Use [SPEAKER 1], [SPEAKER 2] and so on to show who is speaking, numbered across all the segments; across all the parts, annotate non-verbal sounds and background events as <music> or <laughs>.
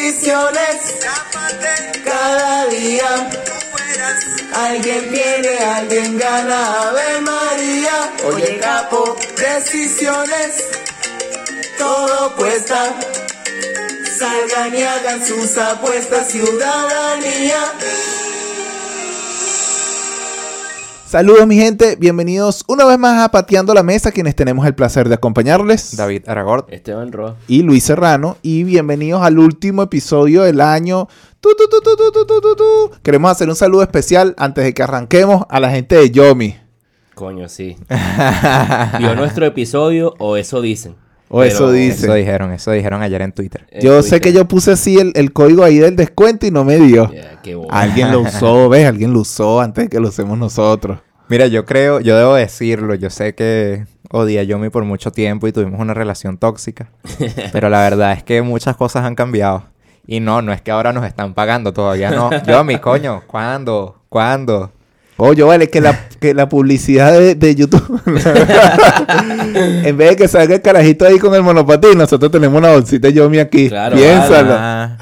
[SPEAKER 1] bendiciones cada día. Alguien viene, alguien gana, Ave María. Oye, capo, decisiones, todo cuesta. Salgan y hagan sus apuestas, ciudadanía.
[SPEAKER 2] Saludos mi gente, bienvenidos una vez más a Pateando la Mesa, quienes tenemos el placer de acompañarles.
[SPEAKER 3] David Aragort.
[SPEAKER 4] Esteban Roa.
[SPEAKER 2] y Luis Serrano y bienvenidos al último episodio del año. Tu, tu, tu, tu, tu, tu, tu, tu, tu. Queremos hacer un saludo especial antes de que arranquemos a la gente de Yomi.
[SPEAKER 4] Coño,
[SPEAKER 3] <laughs>
[SPEAKER 4] sí. ¿Vio nuestro episodio o eso dicen?
[SPEAKER 2] O eso dicen.
[SPEAKER 3] Eso dijeron, eso dijeron ayer en Twitter.
[SPEAKER 4] en
[SPEAKER 2] Yo sé
[SPEAKER 4] Twitter.
[SPEAKER 2] que yo puse así el, el código ahí del descuento y no me dio.
[SPEAKER 4] Ya, qué bobo.
[SPEAKER 2] Alguien
[SPEAKER 3] <laughs>
[SPEAKER 2] lo usó, ¿ves? Alguien lo usó antes de que lo usemos nosotros.
[SPEAKER 3] Mira, yo creo, yo debo decirlo, yo sé que odié a Yomi por mucho tiempo y tuvimos una
[SPEAKER 4] <laughs>
[SPEAKER 3] relación tóxica, pero la verdad es que muchas cosas han cambiado. Y no, no es que ahora nos están pagando,
[SPEAKER 4] <laughs>
[SPEAKER 3] todavía no. Yomi, coño, ¿cuándo? ¿Cuándo?
[SPEAKER 2] Oye, vale, que la, que la publicidad de, de YouTube. <laughs> en vez de que salga el carajito ahí con el monopatín, nosotros tenemos una bolsita de Yomi aquí.
[SPEAKER 4] Claro,
[SPEAKER 2] Piénsalo.
[SPEAKER 3] Ah,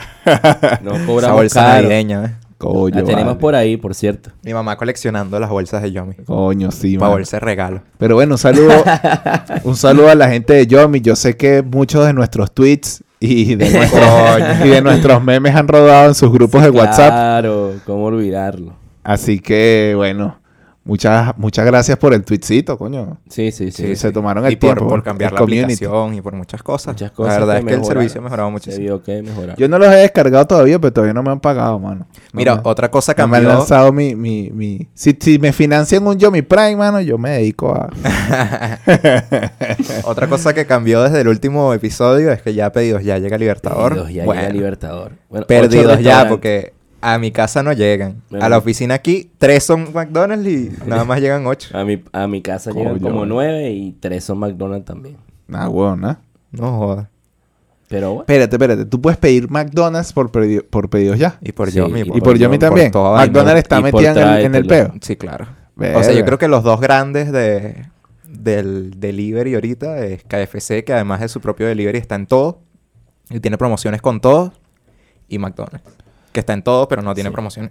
[SPEAKER 4] Nos
[SPEAKER 3] esa
[SPEAKER 4] cobramos
[SPEAKER 3] bolsa
[SPEAKER 4] caro.
[SPEAKER 3] navideña, ¿eh?
[SPEAKER 2] <laughs> Coño,
[SPEAKER 4] La tenemos
[SPEAKER 2] vale.
[SPEAKER 4] por ahí, por cierto.
[SPEAKER 3] Mi mamá coleccionando las bolsas de Yomi.
[SPEAKER 2] Coño, sí,
[SPEAKER 3] Para
[SPEAKER 2] mano.
[SPEAKER 3] bolsa de regalo.
[SPEAKER 2] Pero bueno, un
[SPEAKER 4] <laughs>
[SPEAKER 2] saludo, un saludo a la gente de Yomi. Yo sé que muchos de nuestros tweets y de, nuestros, y de nuestros memes han rodado en sus grupos de WhatsApp.
[SPEAKER 4] Claro, cómo olvidarlo.
[SPEAKER 2] Así que, bueno, muchas, muchas gracias por el tweetcito, coño.
[SPEAKER 4] Sí, sí, sí.
[SPEAKER 2] Sí, se tomaron el
[SPEAKER 3] Y por,
[SPEAKER 2] tiempo.
[SPEAKER 3] por cambiar
[SPEAKER 2] el
[SPEAKER 3] la
[SPEAKER 2] community.
[SPEAKER 3] aplicación y por muchas cosas.
[SPEAKER 4] Muchas cosas.
[SPEAKER 3] La verdad es que el
[SPEAKER 4] mejoraron.
[SPEAKER 3] servicio ha mejorado
[SPEAKER 4] Se
[SPEAKER 3] muchísimo.
[SPEAKER 4] vio que mejoraron.
[SPEAKER 2] Yo no los he descargado todavía, pero todavía no me han pagado, mano. No
[SPEAKER 3] Mira,
[SPEAKER 2] me-
[SPEAKER 3] otra cosa
[SPEAKER 2] no me han
[SPEAKER 3] cambió.
[SPEAKER 2] lanzado mi... mi, mi... Si, si me financian un Yomi Prime, mano, yo me dedico <laughs> a...
[SPEAKER 3] Otra cosa que cambió desde el último episodio es que ya Pedidos Ya llega Libertador.
[SPEAKER 4] Perdidos ya
[SPEAKER 3] Bueno,
[SPEAKER 4] llega Libertador. Bueno, ocho
[SPEAKER 3] Perdidos
[SPEAKER 4] restaurantes.
[SPEAKER 3] ya porque a mi casa no llegan.
[SPEAKER 4] Bueno.
[SPEAKER 3] A la oficina aquí, tres son McDonald's y nada más llegan ocho.
[SPEAKER 4] A mi, a mi casa llegan
[SPEAKER 2] Coño.
[SPEAKER 4] como nueve y tres son McDonald's también.
[SPEAKER 2] Nah, ¿ah? weón, ¿no?
[SPEAKER 3] No jodas.
[SPEAKER 4] Pero bueno.
[SPEAKER 2] Espérate, espérate. Tú puedes pedir McDonald's por, pedi- por pedidos ya.
[SPEAKER 3] Y por
[SPEAKER 4] Sí,
[SPEAKER 3] Yomi.
[SPEAKER 4] y
[SPEAKER 2] Y por Yomi también.
[SPEAKER 3] toda
[SPEAKER 4] Ah.
[SPEAKER 3] vaina.
[SPEAKER 2] McDonald's está
[SPEAKER 4] y por
[SPEAKER 2] metida en el, en el
[SPEAKER 4] tráetelo.
[SPEAKER 2] peo.
[SPEAKER 3] Sí, claro. O sea,
[SPEAKER 2] Verga.
[SPEAKER 3] yo creo que los dos grandes de, del delivery ahorita es KFC, que además de su propio delivery está en todo. Y tiene promociones con todos. Y McDonald's, que está en todo, pero no tiene
[SPEAKER 4] Sí.
[SPEAKER 3] promociones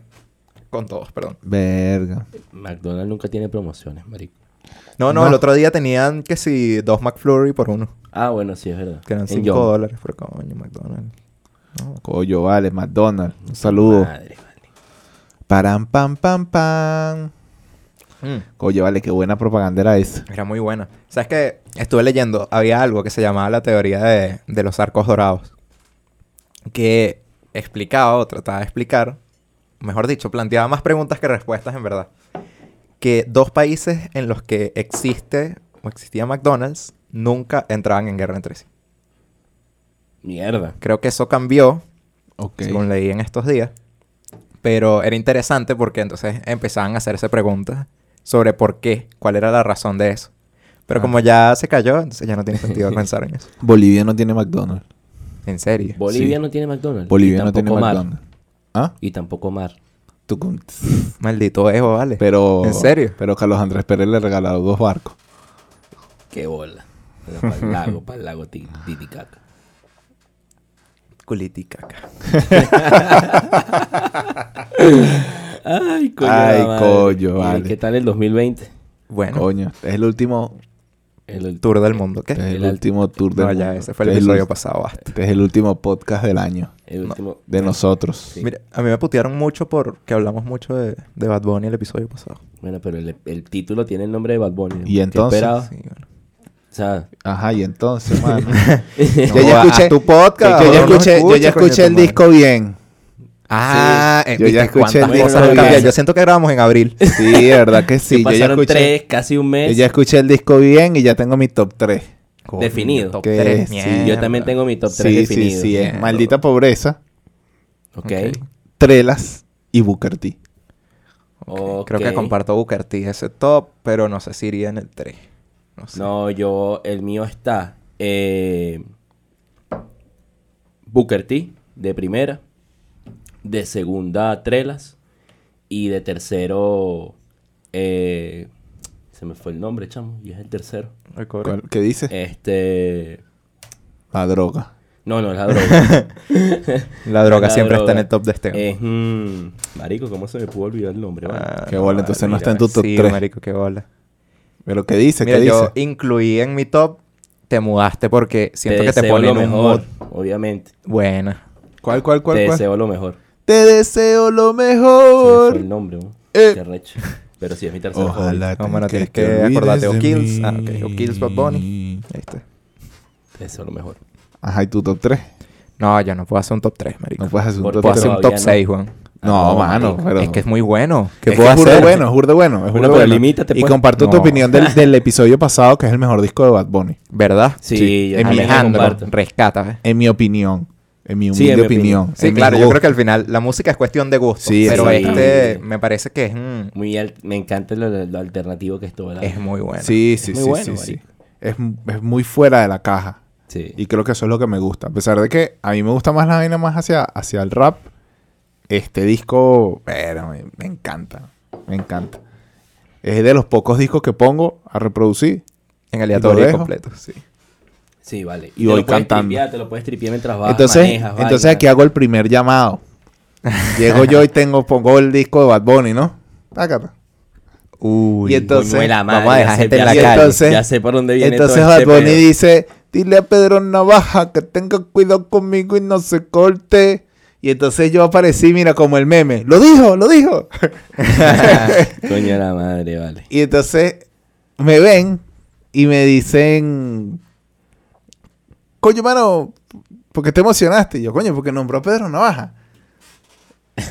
[SPEAKER 3] con todos, perdón.
[SPEAKER 2] Verga.
[SPEAKER 4] McDonald's nunca tiene promociones, marico.
[SPEAKER 3] No, no,
[SPEAKER 2] No.
[SPEAKER 3] el otro día tenían que si dos McFlurry por uno.
[SPEAKER 4] Ah, bueno, sí, es verdad.
[SPEAKER 3] Que eran
[SPEAKER 4] En
[SPEAKER 3] 5
[SPEAKER 4] Yom.
[SPEAKER 3] dólares por coño, McDonald's.
[SPEAKER 2] Coño, vale, McDonald's. Un saludo.
[SPEAKER 4] Madre, vale.
[SPEAKER 2] Param, pam, pam, pam. Coño, vale, qué buena propaganda era esa.
[SPEAKER 3] Era muy buena. ¿Sabes que Estuve leyendo, había algo que se llamaba la teoría de, de los arcos dorados. Que explicaba o trataba de explicar, mejor dicho, planteaba más preguntas que respuestas en verdad. Que dos países en los que existe o existía McDonald's nunca entraban en guerra entre sí.
[SPEAKER 4] Mierda.
[SPEAKER 3] Creo que eso cambió
[SPEAKER 2] Ok.
[SPEAKER 3] según leí en estos días. Pero era interesante porque entonces empezaban a hacerse preguntas sobre por qué, cuál era la razón de eso. Pero
[SPEAKER 2] Ah.
[SPEAKER 3] como ya se cayó, entonces ya no tiene
[SPEAKER 2] <laughs>
[SPEAKER 3] sentido pensar en eso.
[SPEAKER 2] Bolivia no tiene McDonald's.
[SPEAKER 3] En serio.
[SPEAKER 4] Bolivia
[SPEAKER 2] Sí.
[SPEAKER 4] no tiene McDonald's.
[SPEAKER 2] Bolivia
[SPEAKER 4] y
[SPEAKER 2] no tiene
[SPEAKER 4] tampoco mar.
[SPEAKER 2] McDonald's. ¿Ah?
[SPEAKER 4] Y tampoco mar.
[SPEAKER 2] Tucum.
[SPEAKER 3] Maldito Evo, vale.
[SPEAKER 2] Pero.
[SPEAKER 3] ¿En serio?
[SPEAKER 2] Pero Carlos Andrés Pérez le regalaron dos barcos.
[SPEAKER 4] Qué bola. Para
[SPEAKER 2] <laughs>
[SPEAKER 4] el lago, para el lago Ti- Titicaca.
[SPEAKER 3] Culiticaca.
[SPEAKER 4] Ay, coño.
[SPEAKER 2] Ay,
[SPEAKER 4] la madre.
[SPEAKER 2] coño,
[SPEAKER 4] ¿Y
[SPEAKER 2] vale.
[SPEAKER 4] ¿Qué tal el 2020?
[SPEAKER 3] Bueno,
[SPEAKER 2] Coño. este Es el último. este
[SPEAKER 4] El, el-
[SPEAKER 3] tour del mundo, ¿qué?
[SPEAKER 2] Es el,
[SPEAKER 4] El-
[SPEAKER 2] último tour del
[SPEAKER 3] no, ya,
[SPEAKER 2] mundo.
[SPEAKER 3] ese fue el
[SPEAKER 2] Este es
[SPEAKER 3] episodio
[SPEAKER 2] ul-
[SPEAKER 3] pasado, basta.
[SPEAKER 2] Este es el último podcast del año.
[SPEAKER 4] el último.
[SPEAKER 2] De nosotros.
[SPEAKER 3] Mira, a mí me putearon mucho porque hablamos mucho de, de Bad Bunny el episodio pasado.
[SPEAKER 4] Bueno, pero el, el título tiene el nombre de Bad Bunny.
[SPEAKER 2] Y
[SPEAKER 4] ¿Qué
[SPEAKER 2] entonces,
[SPEAKER 4] esperaba?
[SPEAKER 3] Sí, bueno.
[SPEAKER 4] O sea,
[SPEAKER 2] Ajá, y
[SPEAKER 3] <laughs>
[SPEAKER 2] entonces, mano.
[SPEAKER 3] No, a- a tu podcast,
[SPEAKER 2] Yo, ya escuché,
[SPEAKER 3] no
[SPEAKER 2] yo
[SPEAKER 3] escuches,
[SPEAKER 2] ya
[SPEAKER 3] coño,
[SPEAKER 2] escuché
[SPEAKER 3] tu
[SPEAKER 2] el
[SPEAKER 3] madre.
[SPEAKER 2] disco bien.
[SPEAKER 3] Ah, eh,
[SPEAKER 2] yo ya
[SPEAKER 3] ¿viste
[SPEAKER 2] escuché el
[SPEAKER 3] cuántas
[SPEAKER 2] disco
[SPEAKER 3] cosas
[SPEAKER 2] de
[SPEAKER 3] han cambiado?
[SPEAKER 2] Bolivia.
[SPEAKER 3] Yo siento que grabamos en abril.
[SPEAKER 2] Sí, de verdad
[SPEAKER 3] <laughs>
[SPEAKER 2] que sí. Yo ya,
[SPEAKER 4] pasaron
[SPEAKER 2] escuché,
[SPEAKER 4] tres, casi un
[SPEAKER 2] yo
[SPEAKER 4] mes.
[SPEAKER 2] ya escuché el disco bien y ya tengo mi top 3.
[SPEAKER 4] Definido.
[SPEAKER 3] Top
[SPEAKER 2] Que
[SPEAKER 3] tres,
[SPEAKER 2] sí,
[SPEAKER 4] Y yo también
[SPEAKER 3] mierda.
[SPEAKER 4] tengo mi top 3
[SPEAKER 2] Sí, sí,
[SPEAKER 4] definido.
[SPEAKER 2] sí. es
[SPEAKER 3] Bien,
[SPEAKER 2] Maldita pobreza,
[SPEAKER 4] Ok.
[SPEAKER 2] Trelas y Booker T.
[SPEAKER 4] Ok.
[SPEAKER 3] Creo que comparto Booker T ese top, pero no sé si iría en el 3. No sé.
[SPEAKER 4] No, yo, el mío está. eh, Booker T, de primera. De segunda, Trelas. Y de tercero. eh, se me fue el nombre,
[SPEAKER 3] <laughs>
[SPEAKER 4] chamo. Y es el tercero.
[SPEAKER 3] Recuerdo.
[SPEAKER 2] ¿Cuál- ¿Qué dice?
[SPEAKER 4] Este.
[SPEAKER 2] La droga.
[SPEAKER 4] No, no, es la droga.
[SPEAKER 3] <laughs> La droga
[SPEAKER 4] La
[SPEAKER 3] siempre está en
[SPEAKER 4] droga.
[SPEAKER 3] el top de este.
[SPEAKER 4] es, mm, marico, ¿cómo se me pudo olvidar el nombre? vale?
[SPEAKER 3] Ah,
[SPEAKER 2] Qué bola, entonces no está en tu top
[SPEAKER 3] sí,
[SPEAKER 2] tres.
[SPEAKER 3] marico, qué bola.
[SPEAKER 2] Pero ¿qué dice?
[SPEAKER 3] Mira,
[SPEAKER 2] ¿Qué
[SPEAKER 3] yo
[SPEAKER 2] dice?
[SPEAKER 3] incluí en mi top Te mudaste porque siento que te
[SPEAKER 4] deseo
[SPEAKER 3] ponen
[SPEAKER 4] lo
[SPEAKER 3] un
[SPEAKER 4] mejor,
[SPEAKER 3] mood
[SPEAKER 4] obviamente.
[SPEAKER 3] buena.
[SPEAKER 2] ¿Cuál, cuál, cuál,
[SPEAKER 4] te
[SPEAKER 2] cuál?
[SPEAKER 4] deseo lo mejor.
[SPEAKER 2] Te deseo lo
[SPEAKER 4] Se me fue
[SPEAKER 2] mejor.
[SPEAKER 4] el nombre, ¿no?
[SPEAKER 2] Eh.
[SPEAKER 4] Qué recho. Pero sí, es mi tercer favorito.
[SPEAKER 2] Ojalá.
[SPEAKER 3] No, bueno, tienes que
[SPEAKER 2] te olvides
[SPEAKER 3] acordarte, o
[SPEAKER 2] de
[SPEAKER 3] Kills. Ah,
[SPEAKER 2] mí.
[SPEAKER 3] ok, o Kills, Bad Bunny. Ahí está.
[SPEAKER 4] Te deseo lo mejor.
[SPEAKER 2] Ajá, y tu top 3.
[SPEAKER 3] No, yo no puedo hacer un top 3, marico.
[SPEAKER 2] No puedes hacer un
[SPEAKER 4] Por-
[SPEAKER 2] top
[SPEAKER 3] puedo
[SPEAKER 4] puedo
[SPEAKER 2] 3.
[SPEAKER 3] hacer un top
[SPEAKER 4] todavía no.
[SPEAKER 3] 6, Juan.
[SPEAKER 2] No,
[SPEAKER 4] no,
[SPEAKER 2] mano, pero.
[SPEAKER 3] Es que es muy bueno. ¿Qué
[SPEAKER 2] es que
[SPEAKER 3] puedo
[SPEAKER 2] es burda
[SPEAKER 3] hacer?
[SPEAKER 2] bueno, es burda bueno. Es burda
[SPEAKER 4] Bueno, pero
[SPEAKER 2] bueno.
[SPEAKER 4] limítate,
[SPEAKER 2] Y
[SPEAKER 4] pues.
[SPEAKER 2] comparto tu
[SPEAKER 3] No.
[SPEAKER 2] opinión del, del episodio pasado, que es el mejor disco de Bad Bunny.
[SPEAKER 3] ¿Verdad?
[SPEAKER 4] Sí,
[SPEAKER 2] Sí,
[SPEAKER 4] yo también lo
[SPEAKER 3] Alejandro,
[SPEAKER 4] comparto.
[SPEAKER 3] rescata. ¿eh?
[SPEAKER 2] En mi opinión. En mi
[SPEAKER 4] Sí,
[SPEAKER 2] humilde
[SPEAKER 4] en mi
[SPEAKER 2] opinión.
[SPEAKER 4] opinión.
[SPEAKER 3] Sí,
[SPEAKER 2] en mi
[SPEAKER 3] claro, yo
[SPEAKER 2] gusto.
[SPEAKER 3] creo que al final la música es cuestión de gusto.
[SPEAKER 2] Sí,
[SPEAKER 3] pero
[SPEAKER 4] exactamente.
[SPEAKER 3] este me parece que es, mm,
[SPEAKER 4] Muy al- me encanta lo, lo- lo alternativo que es todo. ¿verdad?
[SPEAKER 3] es muy bueno.
[SPEAKER 2] Sí, sí,
[SPEAKER 4] muy
[SPEAKER 2] sí,
[SPEAKER 4] bueno,
[SPEAKER 2] sí, sí.
[SPEAKER 4] marico.
[SPEAKER 2] Es, es muy fuera de la caja.
[SPEAKER 4] Sí.
[SPEAKER 2] Y creo que eso es lo que me gusta. A pesar de que a mí me gusta más la vaina más hacia, hacia el rap, este disco, pero me, me encanta. Me encanta. Es de los pocos discos que pongo a reproducir.
[SPEAKER 3] En
[SPEAKER 2] Lo
[SPEAKER 3] aleatorio
[SPEAKER 2] dejo.
[SPEAKER 3] completo, sí.
[SPEAKER 4] Sí, vale.
[SPEAKER 2] Y voy
[SPEAKER 4] te lo puedes
[SPEAKER 2] cantando.
[SPEAKER 4] tripear, te lo puedes tripear mientras vas,
[SPEAKER 2] entonces,
[SPEAKER 4] manejas,
[SPEAKER 2] entonces
[SPEAKER 4] vainas.
[SPEAKER 2] aquí hago el primer llamado. Llego yo y tengo, pongo el disco de Bad Bunny, ¿no? Tácata.
[SPEAKER 3] Uy,
[SPEAKER 2] Y entonces-
[SPEAKER 4] Coño de la
[SPEAKER 3] vamos
[SPEAKER 4] madre,
[SPEAKER 3] a
[SPEAKER 4] ya
[SPEAKER 3] dejar
[SPEAKER 4] sé-
[SPEAKER 3] gente en
[SPEAKER 4] ya
[SPEAKER 3] la
[SPEAKER 4] sé-
[SPEAKER 2] y
[SPEAKER 3] calle.
[SPEAKER 2] este entonces-
[SPEAKER 4] Ya sé por dónde viene
[SPEAKER 2] Entonces
[SPEAKER 4] todo
[SPEAKER 2] Bad
[SPEAKER 4] este
[SPEAKER 2] Bunny
[SPEAKER 4] pedo.
[SPEAKER 2] dice, dile a Pedro Navaja que tenga cuidado conmigo y no se corte. Y entonces yo aparecí, mira, como el meme. Lo dijo, lo
[SPEAKER 4] <laughs>
[SPEAKER 2] dijo.
[SPEAKER 4] <laughs>
[SPEAKER 2] <laughs>
[SPEAKER 4] Coño de la madre, vale.
[SPEAKER 2] y entonces me ven y me dicen, coño, mano, ¿por qué te emocionaste? Y yo, coño, porque nombró a Pedro Navaja.
[SPEAKER 4] <laughs>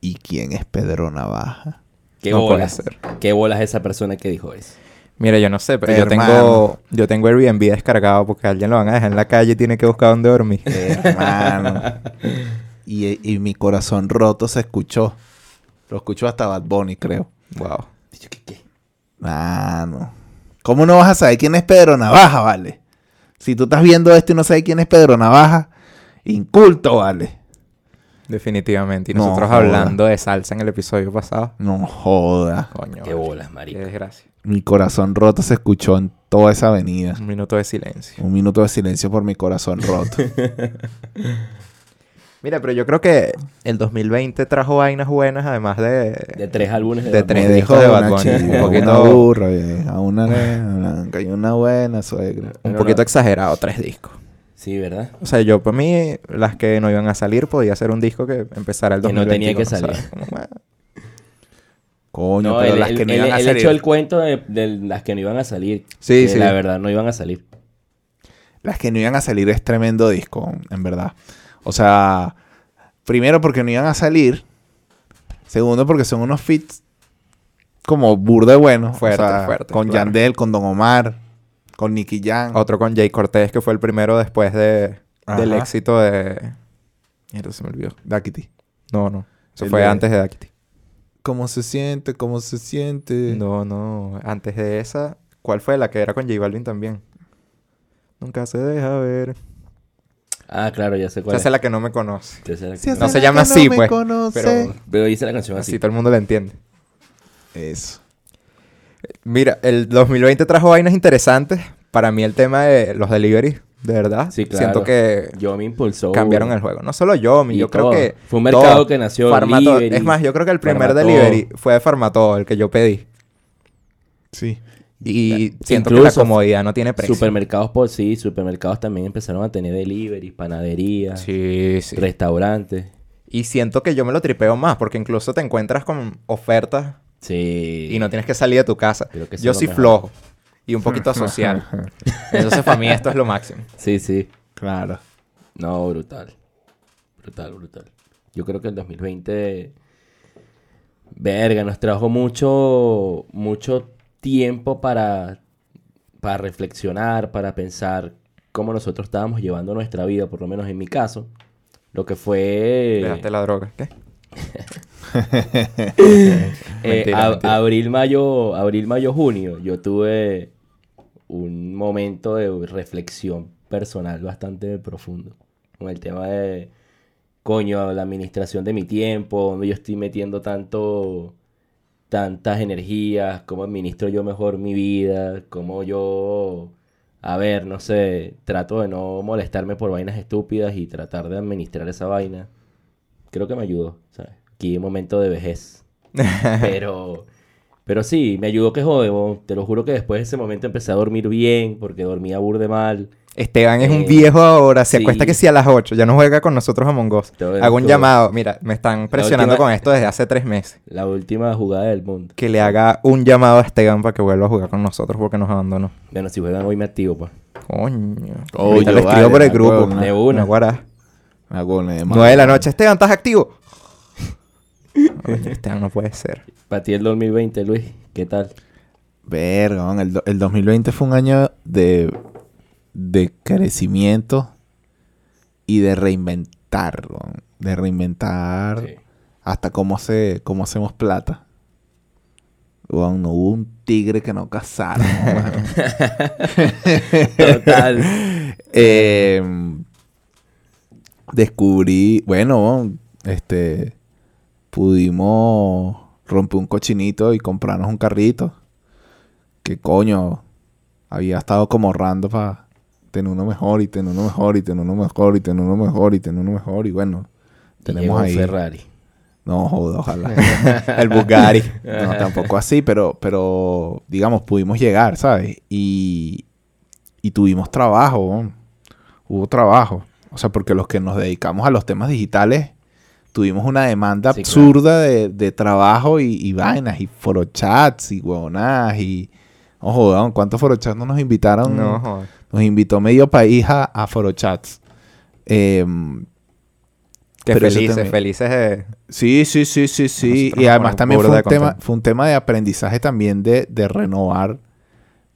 [SPEAKER 2] ¿Y quién es Pedro Navaja?
[SPEAKER 4] Qué
[SPEAKER 3] No puede
[SPEAKER 4] bolas.
[SPEAKER 3] ser.
[SPEAKER 4] Qué bolas esa persona que dijo eso.
[SPEAKER 3] Mira, yo no sé, pero yo
[SPEAKER 2] Hermano.
[SPEAKER 3] tengo, yo tengo Airbnb descargado porque alguien lo van a dejar en la calle y tiene que buscar dónde <laughs> dormir.
[SPEAKER 2] Hermano. Y, y mi corazón roto se escuchó. Lo escuchó hasta Bad Bunny, creo.
[SPEAKER 3] wow.
[SPEAKER 4] Dicho que qué.
[SPEAKER 2] Mano. ¿Cómo no vas a saber quién es Pedro Navaja, vale? Si tú estás viendo esto y no sabes quién es Pedro Navaja, inculto, vale.
[SPEAKER 3] Definitivamente. Y
[SPEAKER 2] No,
[SPEAKER 3] nosotros
[SPEAKER 2] joda.
[SPEAKER 3] hablando de salsa en el episodio pasado.
[SPEAKER 2] No joda.
[SPEAKER 3] Coño.
[SPEAKER 4] Qué
[SPEAKER 3] vale,
[SPEAKER 4] bolas,
[SPEAKER 3] Qué
[SPEAKER 4] marico.
[SPEAKER 2] Eh,
[SPEAKER 3] desgracia.
[SPEAKER 2] Mi corazón roto se escuchó en toda esa avenida.
[SPEAKER 3] Un minuto de silencio.
[SPEAKER 2] Un minuto de silencio por mi corazón
[SPEAKER 3] <laughs>
[SPEAKER 2] roto.
[SPEAKER 3] Mira, pero yo creo que el 2020 trajo vainas buenas, además de...
[SPEAKER 4] De tres álbumes de,
[SPEAKER 3] De
[SPEAKER 4] Bad
[SPEAKER 3] tres.
[SPEAKER 4] Bunny.
[SPEAKER 2] Me dejó
[SPEAKER 3] discos de
[SPEAKER 2] una
[SPEAKER 3] Bad Bunny,
[SPEAKER 2] chica,
[SPEAKER 3] un poquito-
[SPEAKER 2] una burra, vieja, una nena blanca y una buena suegra.
[SPEAKER 3] un
[SPEAKER 4] no,
[SPEAKER 3] poquito
[SPEAKER 4] no.
[SPEAKER 3] exagerado, tres discos.
[SPEAKER 4] Sí, ¿verdad?
[SPEAKER 3] O sea, yo para mí, las que no iban a salir, podía hacer un disco que empezara el
[SPEAKER 4] Que
[SPEAKER 3] 2020.
[SPEAKER 4] no tenía que salir.
[SPEAKER 3] "Ah".
[SPEAKER 2] Coño,
[SPEAKER 4] No,
[SPEAKER 2] pero
[SPEAKER 4] el,
[SPEAKER 2] las
[SPEAKER 4] el-
[SPEAKER 2] que no
[SPEAKER 4] el-
[SPEAKER 2] iban a
[SPEAKER 4] el
[SPEAKER 2] salir.
[SPEAKER 4] hecho del cuento de, de las que no iban a salir.
[SPEAKER 3] Sí,
[SPEAKER 4] que
[SPEAKER 3] sí.
[SPEAKER 4] La verdad, no iban a salir.
[SPEAKER 2] Las que no iban a salir es tremendo disco, en verdad. O sea, primero porque no iban a salir. Segundo porque son unos fits como burda bueno.
[SPEAKER 3] Fuerte, fuerte,
[SPEAKER 2] Con
[SPEAKER 3] claro.
[SPEAKER 2] Yandel, con Don Omar, con Nicky Jam.
[SPEAKER 3] Otro con Jay Cortés, que fue el primero después de, del
[SPEAKER 2] Ajá.
[SPEAKER 3] éxito de... Mierda, se me olvidó.
[SPEAKER 2] Daquiti.
[SPEAKER 3] No, no. Eso
[SPEAKER 2] El
[SPEAKER 3] fue
[SPEAKER 2] de-
[SPEAKER 3] antes de Daquiti.
[SPEAKER 2] ¿Cómo se siente? ¿Cómo se siente?
[SPEAKER 3] No, no. Antes de esa, ¿cuál fue la que era con J Balvin también? Nunca se deja ver.
[SPEAKER 4] Ah, claro, ya sé
[SPEAKER 3] Esa
[SPEAKER 4] cuál.
[SPEAKER 3] es la que no me conoce.
[SPEAKER 4] es. Esa es la
[SPEAKER 2] Si
[SPEAKER 4] que-
[SPEAKER 2] hace
[SPEAKER 3] No se
[SPEAKER 2] la
[SPEAKER 3] llama
[SPEAKER 2] que
[SPEAKER 3] así,
[SPEAKER 2] me
[SPEAKER 3] pues,
[SPEAKER 2] conoce.
[SPEAKER 3] pero-
[SPEAKER 4] Pero dice la canción así.
[SPEAKER 3] Así todo el mundo la entiende.
[SPEAKER 2] Eso.
[SPEAKER 3] Mira, el 2020 trajo vainas interesantes. Para mí el tema de los deliveries, de verdad.
[SPEAKER 4] Sí, claro.
[SPEAKER 3] Siento que
[SPEAKER 4] Yo me impulsó.
[SPEAKER 3] cambiaron el juego. No solo yo, mi-
[SPEAKER 4] Y
[SPEAKER 3] yo
[SPEAKER 4] todo.
[SPEAKER 3] creo que...
[SPEAKER 4] Fue un mercado
[SPEAKER 3] todo.
[SPEAKER 4] que nació
[SPEAKER 3] Farmatodo.
[SPEAKER 4] delivery,
[SPEAKER 3] Es más, yo creo que el primer
[SPEAKER 4] Farmatodo.
[SPEAKER 3] delivery fue de Farmatodo, el que yo pedí.
[SPEAKER 2] Sí.
[SPEAKER 3] Y
[SPEAKER 4] Ya,
[SPEAKER 3] siento que la
[SPEAKER 4] incluso
[SPEAKER 3] comodidad no tiene precio.
[SPEAKER 4] Supermercados por sí, supermercados también empezaron a tener delivery, panaderías,
[SPEAKER 3] Sí, sí.
[SPEAKER 4] restaurantes.
[SPEAKER 3] Y siento que yo me lo tripeo más, porque incluso te encuentras con ofertas
[SPEAKER 4] Sí.
[SPEAKER 3] y no tienes que salir de tu casa.
[SPEAKER 4] Creo que eso
[SPEAKER 3] Yo
[SPEAKER 4] es lo
[SPEAKER 3] soy
[SPEAKER 4] mejor.
[SPEAKER 3] flojo y un
[SPEAKER 4] <laughs>
[SPEAKER 3] poquito asocial. Entonces, para mí esto es lo máximo.
[SPEAKER 4] Sí, sí.
[SPEAKER 2] Claro.
[SPEAKER 4] No, brutal. Brutal, brutal. Yo creo que el 2020. Verga, nos trajo mucho. Mucho tiempo para. Para reflexionar, para pensar cómo nosotros estábamos llevando nuestra vida, por lo menos en mi caso. Lo que fue.
[SPEAKER 3] Dejaste la droga. ¿Qué?
[SPEAKER 4] Eh,
[SPEAKER 3] Mentira,
[SPEAKER 4] ab-
[SPEAKER 3] mentira.
[SPEAKER 4] Abril, mayo, abril, mayo, junio, yo tuve un momento de reflexión personal bastante profundo con el tema de, coño, la administración de mi tiempo, donde yo estoy metiendo tanto, tantas energías, cómo administro yo mejor mi vida, cómo yo a ver, no sé, trato de no molestarme por vainas estúpidas y tratar de administrar esa vaina. Creo que me ayudó, ¿sabes? Aquí hay un momento de vejez. Pero, pero sí, me ayudó que jode, bo. te lo juro que después de ese momento empecé a dormir bien porque dormía burde mal.
[SPEAKER 3] Esteban es
[SPEAKER 4] Eh,
[SPEAKER 3] un viejo ahora, se
[SPEAKER 4] sí.
[SPEAKER 3] acuesta que sí a las 8, ya no juega con nosotros a Mongos.
[SPEAKER 4] Todo el-
[SPEAKER 3] Hago un
[SPEAKER 4] todo.
[SPEAKER 3] llamado, mira, me están presionando
[SPEAKER 4] última-
[SPEAKER 3] con esto desde hace tres meses.
[SPEAKER 4] La última jugada del mundo.
[SPEAKER 3] Que le haga un llamado a Esteban para que vuelva a jugar con nosotros porque nos abandonó.
[SPEAKER 4] Bueno, si juegan hoy me activo, pues.
[SPEAKER 3] Coño.
[SPEAKER 2] Coño,
[SPEAKER 3] Ahorita lo escribo
[SPEAKER 2] vale,
[SPEAKER 3] por el
[SPEAKER 2] la
[SPEAKER 3] grupo.
[SPEAKER 2] coña.
[SPEAKER 4] De una.
[SPEAKER 3] No, guará.
[SPEAKER 2] Una gole de madre.
[SPEAKER 3] Nueve de la noche. Esteban,
[SPEAKER 4] <laughs>
[SPEAKER 3] ¿estás activo? Coño, Esteban, no puede ser.
[SPEAKER 4] Para ti el 2020, Luis, ¿qué tal?
[SPEAKER 2] Verga, man, el, do- el 2020 fue un año de, de crecimiento y de reinventar, man. de reinventar
[SPEAKER 4] Sí.
[SPEAKER 2] hasta cómo, se, cómo hacemos plata. Weón, no hubo un tigre que no cazara. <laughs> weón.
[SPEAKER 4] Total.
[SPEAKER 2] Eh, descubrí, bueno, este, pudimos romper un cochinito y comprarnos un carrito. Que coño, había estado como ahorrando para tener uno mejor y tener uno mejor y tener uno mejor y tener uno mejor y tener uno mejor y bueno,
[SPEAKER 4] Llegó
[SPEAKER 2] tenemos
[SPEAKER 4] un
[SPEAKER 2] ahí.
[SPEAKER 4] Ferrari.
[SPEAKER 2] No, joda, ojalá. <laughs>
[SPEAKER 3] El Bugari.
[SPEAKER 2] No, tampoco así, pero, pero digamos, pudimos llegar, ¿sabes? Y, y tuvimos trabajo, weón. hubo trabajo. O sea, porque los que nos dedicamos a los temas digitales tuvimos una demanda
[SPEAKER 4] Sí, claro.
[SPEAKER 2] absurda de, de trabajo y, y vainas, y forochats, y huevonadas, y... No jodan, ¿cuántos forochats no nos
[SPEAKER 4] Mm.
[SPEAKER 2] invitaron?
[SPEAKER 3] No, joder.
[SPEAKER 2] Nos invitó medio país a, a forochats. Em,
[SPEAKER 3] Qué
[SPEAKER 2] Pero eso
[SPEAKER 3] felices,
[SPEAKER 2] también.
[SPEAKER 3] felices. eh.
[SPEAKER 2] Sí, sí, sí, sí, sí.
[SPEAKER 3] Nosotros
[SPEAKER 2] Y
[SPEAKER 3] nos
[SPEAKER 2] además
[SPEAKER 3] ponemos
[SPEAKER 2] también
[SPEAKER 3] burda
[SPEAKER 2] fue un,
[SPEAKER 3] de
[SPEAKER 2] tema,
[SPEAKER 3] contento.
[SPEAKER 2] fue un tema de aprendizaje también de, de renovar,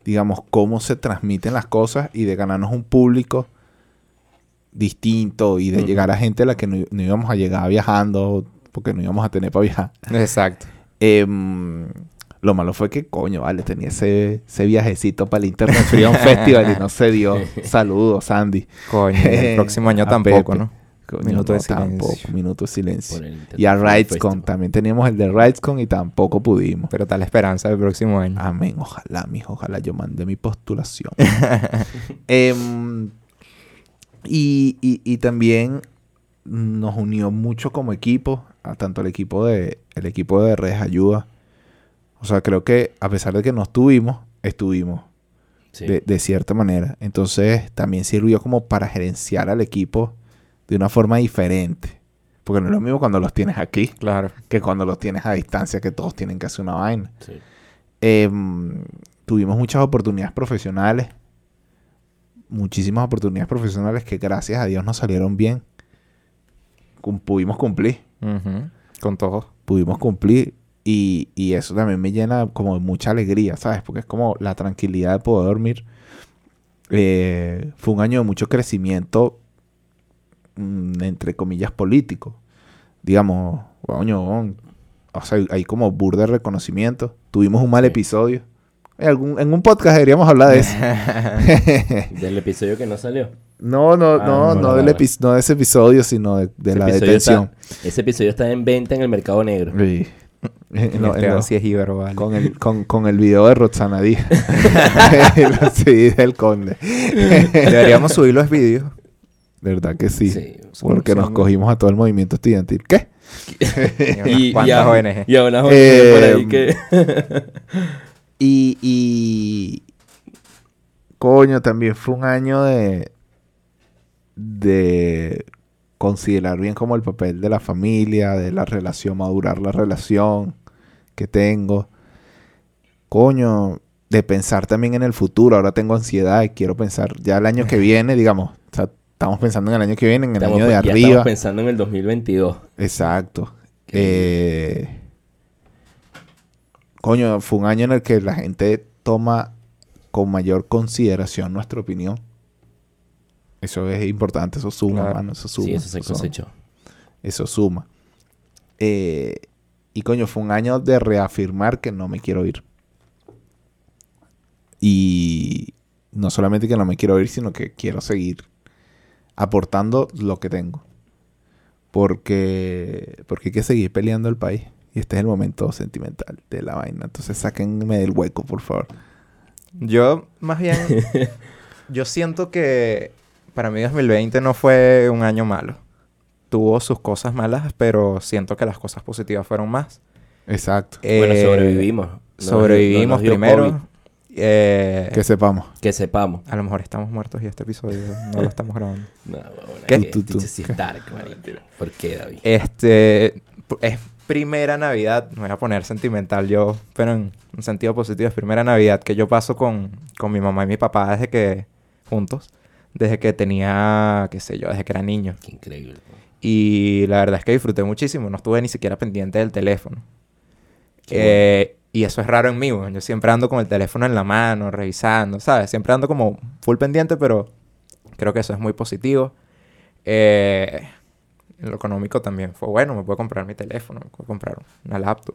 [SPEAKER 2] digamos, cómo se transmiten las cosas y de ganarnos un público distinto y de
[SPEAKER 4] Ujú.
[SPEAKER 2] llegar a gente a la que no, no íbamos a llegar viajando porque no íbamos a tener para viajar.
[SPEAKER 3] Exacto.
[SPEAKER 2] Em, lo malo fue que, coño, vale, tenía ese, ese viajecito para el Internet Freedom
[SPEAKER 3] <laughs>
[SPEAKER 2] Festival y no se dio. Saludos, Sandy.
[SPEAKER 3] Coño,
[SPEAKER 4] <laughs>
[SPEAKER 3] el próximo año
[SPEAKER 2] A
[SPEAKER 3] tampoco,
[SPEAKER 2] Pepe.
[SPEAKER 3] ¿no?
[SPEAKER 2] Coño,
[SPEAKER 3] Minuto
[SPEAKER 2] no,
[SPEAKER 3] de silencio.
[SPEAKER 2] tampoco. Minuto de silencio.
[SPEAKER 4] por el
[SPEAKER 2] Y a
[SPEAKER 4] Internet
[SPEAKER 2] RightsCon.
[SPEAKER 4] Festival.
[SPEAKER 2] También teníamos el de RightsCon y tampoco pudimos.
[SPEAKER 3] Pero tal esperanza del próximo
[SPEAKER 4] Ah.
[SPEAKER 3] año.
[SPEAKER 2] Amén. Ojalá, mijo. Ojalá yo mandé mi postulación. <laughs> Em, y, y- y también nos unió mucho como equipo. A tanto el equipo de el equipo de redes ayuda. O sea, creo que a pesar de que no estuvimos, estuvimos
[SPEAKER 4] Sí.
[SPEAKER 2] de, de cierta manera. Entonces también sirvió como para gerenciar al equipo de una forma diferente. Porque no es lo mismo cuando los tienes aquí
[SPEAKER 3] Claro.
[SPEAKER 2] que cuando los tienes a distancia, que todos tienen que hacer una vaina.
[SPEAKER 4] Sí.
[SPEAKER 2] Em, tuvimos muchas oportunidades profesionales, muchísimas oportunidades profesionales que gracias a Dios nos salieron bien. Cum- pudimos cumplir,
[SPEAKER 3] Ujú. Con todos.
[SPEAKER 2] pudimos cumplir. Y, y eso también me llena como de mucha alegría, ¿sabes? Porque es como la tranquilidad de poder dormir. Eh, fue un año de mucho crecimiento, mm, entre comillas, político. Digamos, coño, weón, o sea, hay como burda de reconocimiento. Tuvimos un mal
[SPEAKER 4] Sí.
[SPEAKER 2] episodio. En, algún, en un podcast deberíamos hablar de eso.
[SPEAKER 4] <laughs> Del episodio que no salió.
[SPEAKER 2] <laughs> no, no, no,
[SPEAKER 4] Ah, no,
[SPEAKER 2] no,
[SPEAKER 4] no,
[SPEAKER 2] del
[SPEAKER 4] no.
[SPEAKER 2] epi- no de ese episodio, sino de, de
[SPEAKER 4] Ese
[SPEAKER 2] la
[SPEAKER 4] episodio
[SPEAKER 2] detención.
[SPEAKER 4] está- ese episodio está en venta en el mercado negro.
[SPEAKER 2] <laughs> Sí. En este
[SPEAKER 4] este
[SPEAKER 2] lo- en
[SPEAKER 3] Esteban
[SPEAKER 2] lo-
[SPEAKER 3] sí es íbaro, vale. <laughs>
[SPEAKER 2] con, el, con, con el video de Roxana Díaz. <laughs> sí, del conde.
[SPEAKER 3] Deberíamos
[SPEAKER 2] <laughs>
[SPEAKER 3] subir los vídeos.
[SPEAKER 2] De verdad que sí.
[SPEAKER 4] Sí.
[SPEAKER 2] Porque nos cogimos a todo el movimiento estudiantil. ¿Qué?
[SPEAKER 3] Y,
[SPEAKER 4] y a,
[SPEAKER 3] ¿Cuántas ONG?
[SPEAKER 4] Y a unas ONG por
[SPEAKER 2] Eh, <laughs>
[SPEAKER 4] ahí que...
[SPEAKER 2] Y, y- Coño, también fue un año de. de considerar bien como el papel de la familia, de la relación, madurar la relación que tengo. Coño, de pensar también en el futuro. Ahora tengo ansiedad y quiero pensar ya el
[SPEAKER 4] <laughs>
[SPEAKER 2] año que viene, digamos. O sea, estamos pensando en el año que viene, en el
[SPEAKER 4] Estamos, pues,
[SPEAKER 2] año de
[SPEAKER 4] ya
[SPEAKER 2] arriba.
[SPEAKER 4] estamos pensando en el 2022.
[SPEAKER 2] Exacto.
[SPEAKER 4] Qué
[SPEAKER 2] Eh, coño, fue un año en el que la gente toma con mayor consideración nuestra opinión. Eso es importante, eso suma,
[SPEAKER 3] Claro.
[SPEAKER 2] mano, eso suma.
[SPEAKER 4] Sí, eso se cosechó.
[SPEAKER 2] eso suma. Eh, y coño, fue un año de reafirmar que no me quiero ir. Y no solamente que no me quiero ir, sino que quiero seguir aportando lo que tengo. Porque, porque hay que seguir peleando el país. Y este es el momento sentimental de la vaina. Entonces sáquenme del hueco, por favor.
[SPEAKER 3] Yo, más bien, yo siento que para mí 2020 no fue un año malo. Tuvo sus cosas malas, pero siento que las cosas positivas fueron más.
[SPEAKER 2] Exacto.
[SPEAKER 4] bueno,
[SPEAKER 3] Eh,
[SPEAKER 4] sobrevivimos. No nos-
[SPEAKER 3] sobrevivimos
[SPEAKER 4] no nos dio COVID.
[SPEAKER 3] primero. Eh,
[SPEAKER 2] que sepamos.
[SPEAKER 4] Que sepamos.
[SPEAKER 3] a lo mejor estamos muertos y este episodio no lo estamos grabando.
[SPEAKER 4] No, bueno,
[SPEAKER 3] ¿Qué?
[SPEAKER 4] que-
[SPEAKER 2] Tú, tú.
[SPEAKER 4] dice, este sí es dark, marico. ¿Por qué, David?
[SPEAKER 3] Eh, Este p- es primera Navidad, me voy a poner sentimental yo, pero en un sentido positivo, es primera Navidad que yo paso con, con mi mamá y mi papá desde que juntos, desde que tenía, qué sé yo, desde que era niño.
[SPEAKER 4] Qué increíble.
[SPEAKER 3] Y la verdad es que disfruté muchísimo, no estuve ni siquiera pendiente del teléfono.
[SPEAKER 4] Qué
[SPEAKER 3] Eh, y eso es raro en mí, weón. yo siempre ando con el teléfono en la mano, revisando, ¿sabes? Siempre ando como full pendiente, pero creo que eso es muy positivo. Eh, en lo económico también fue bueno, me puedo comprar mi teléfono, me puedo comprar una laptop,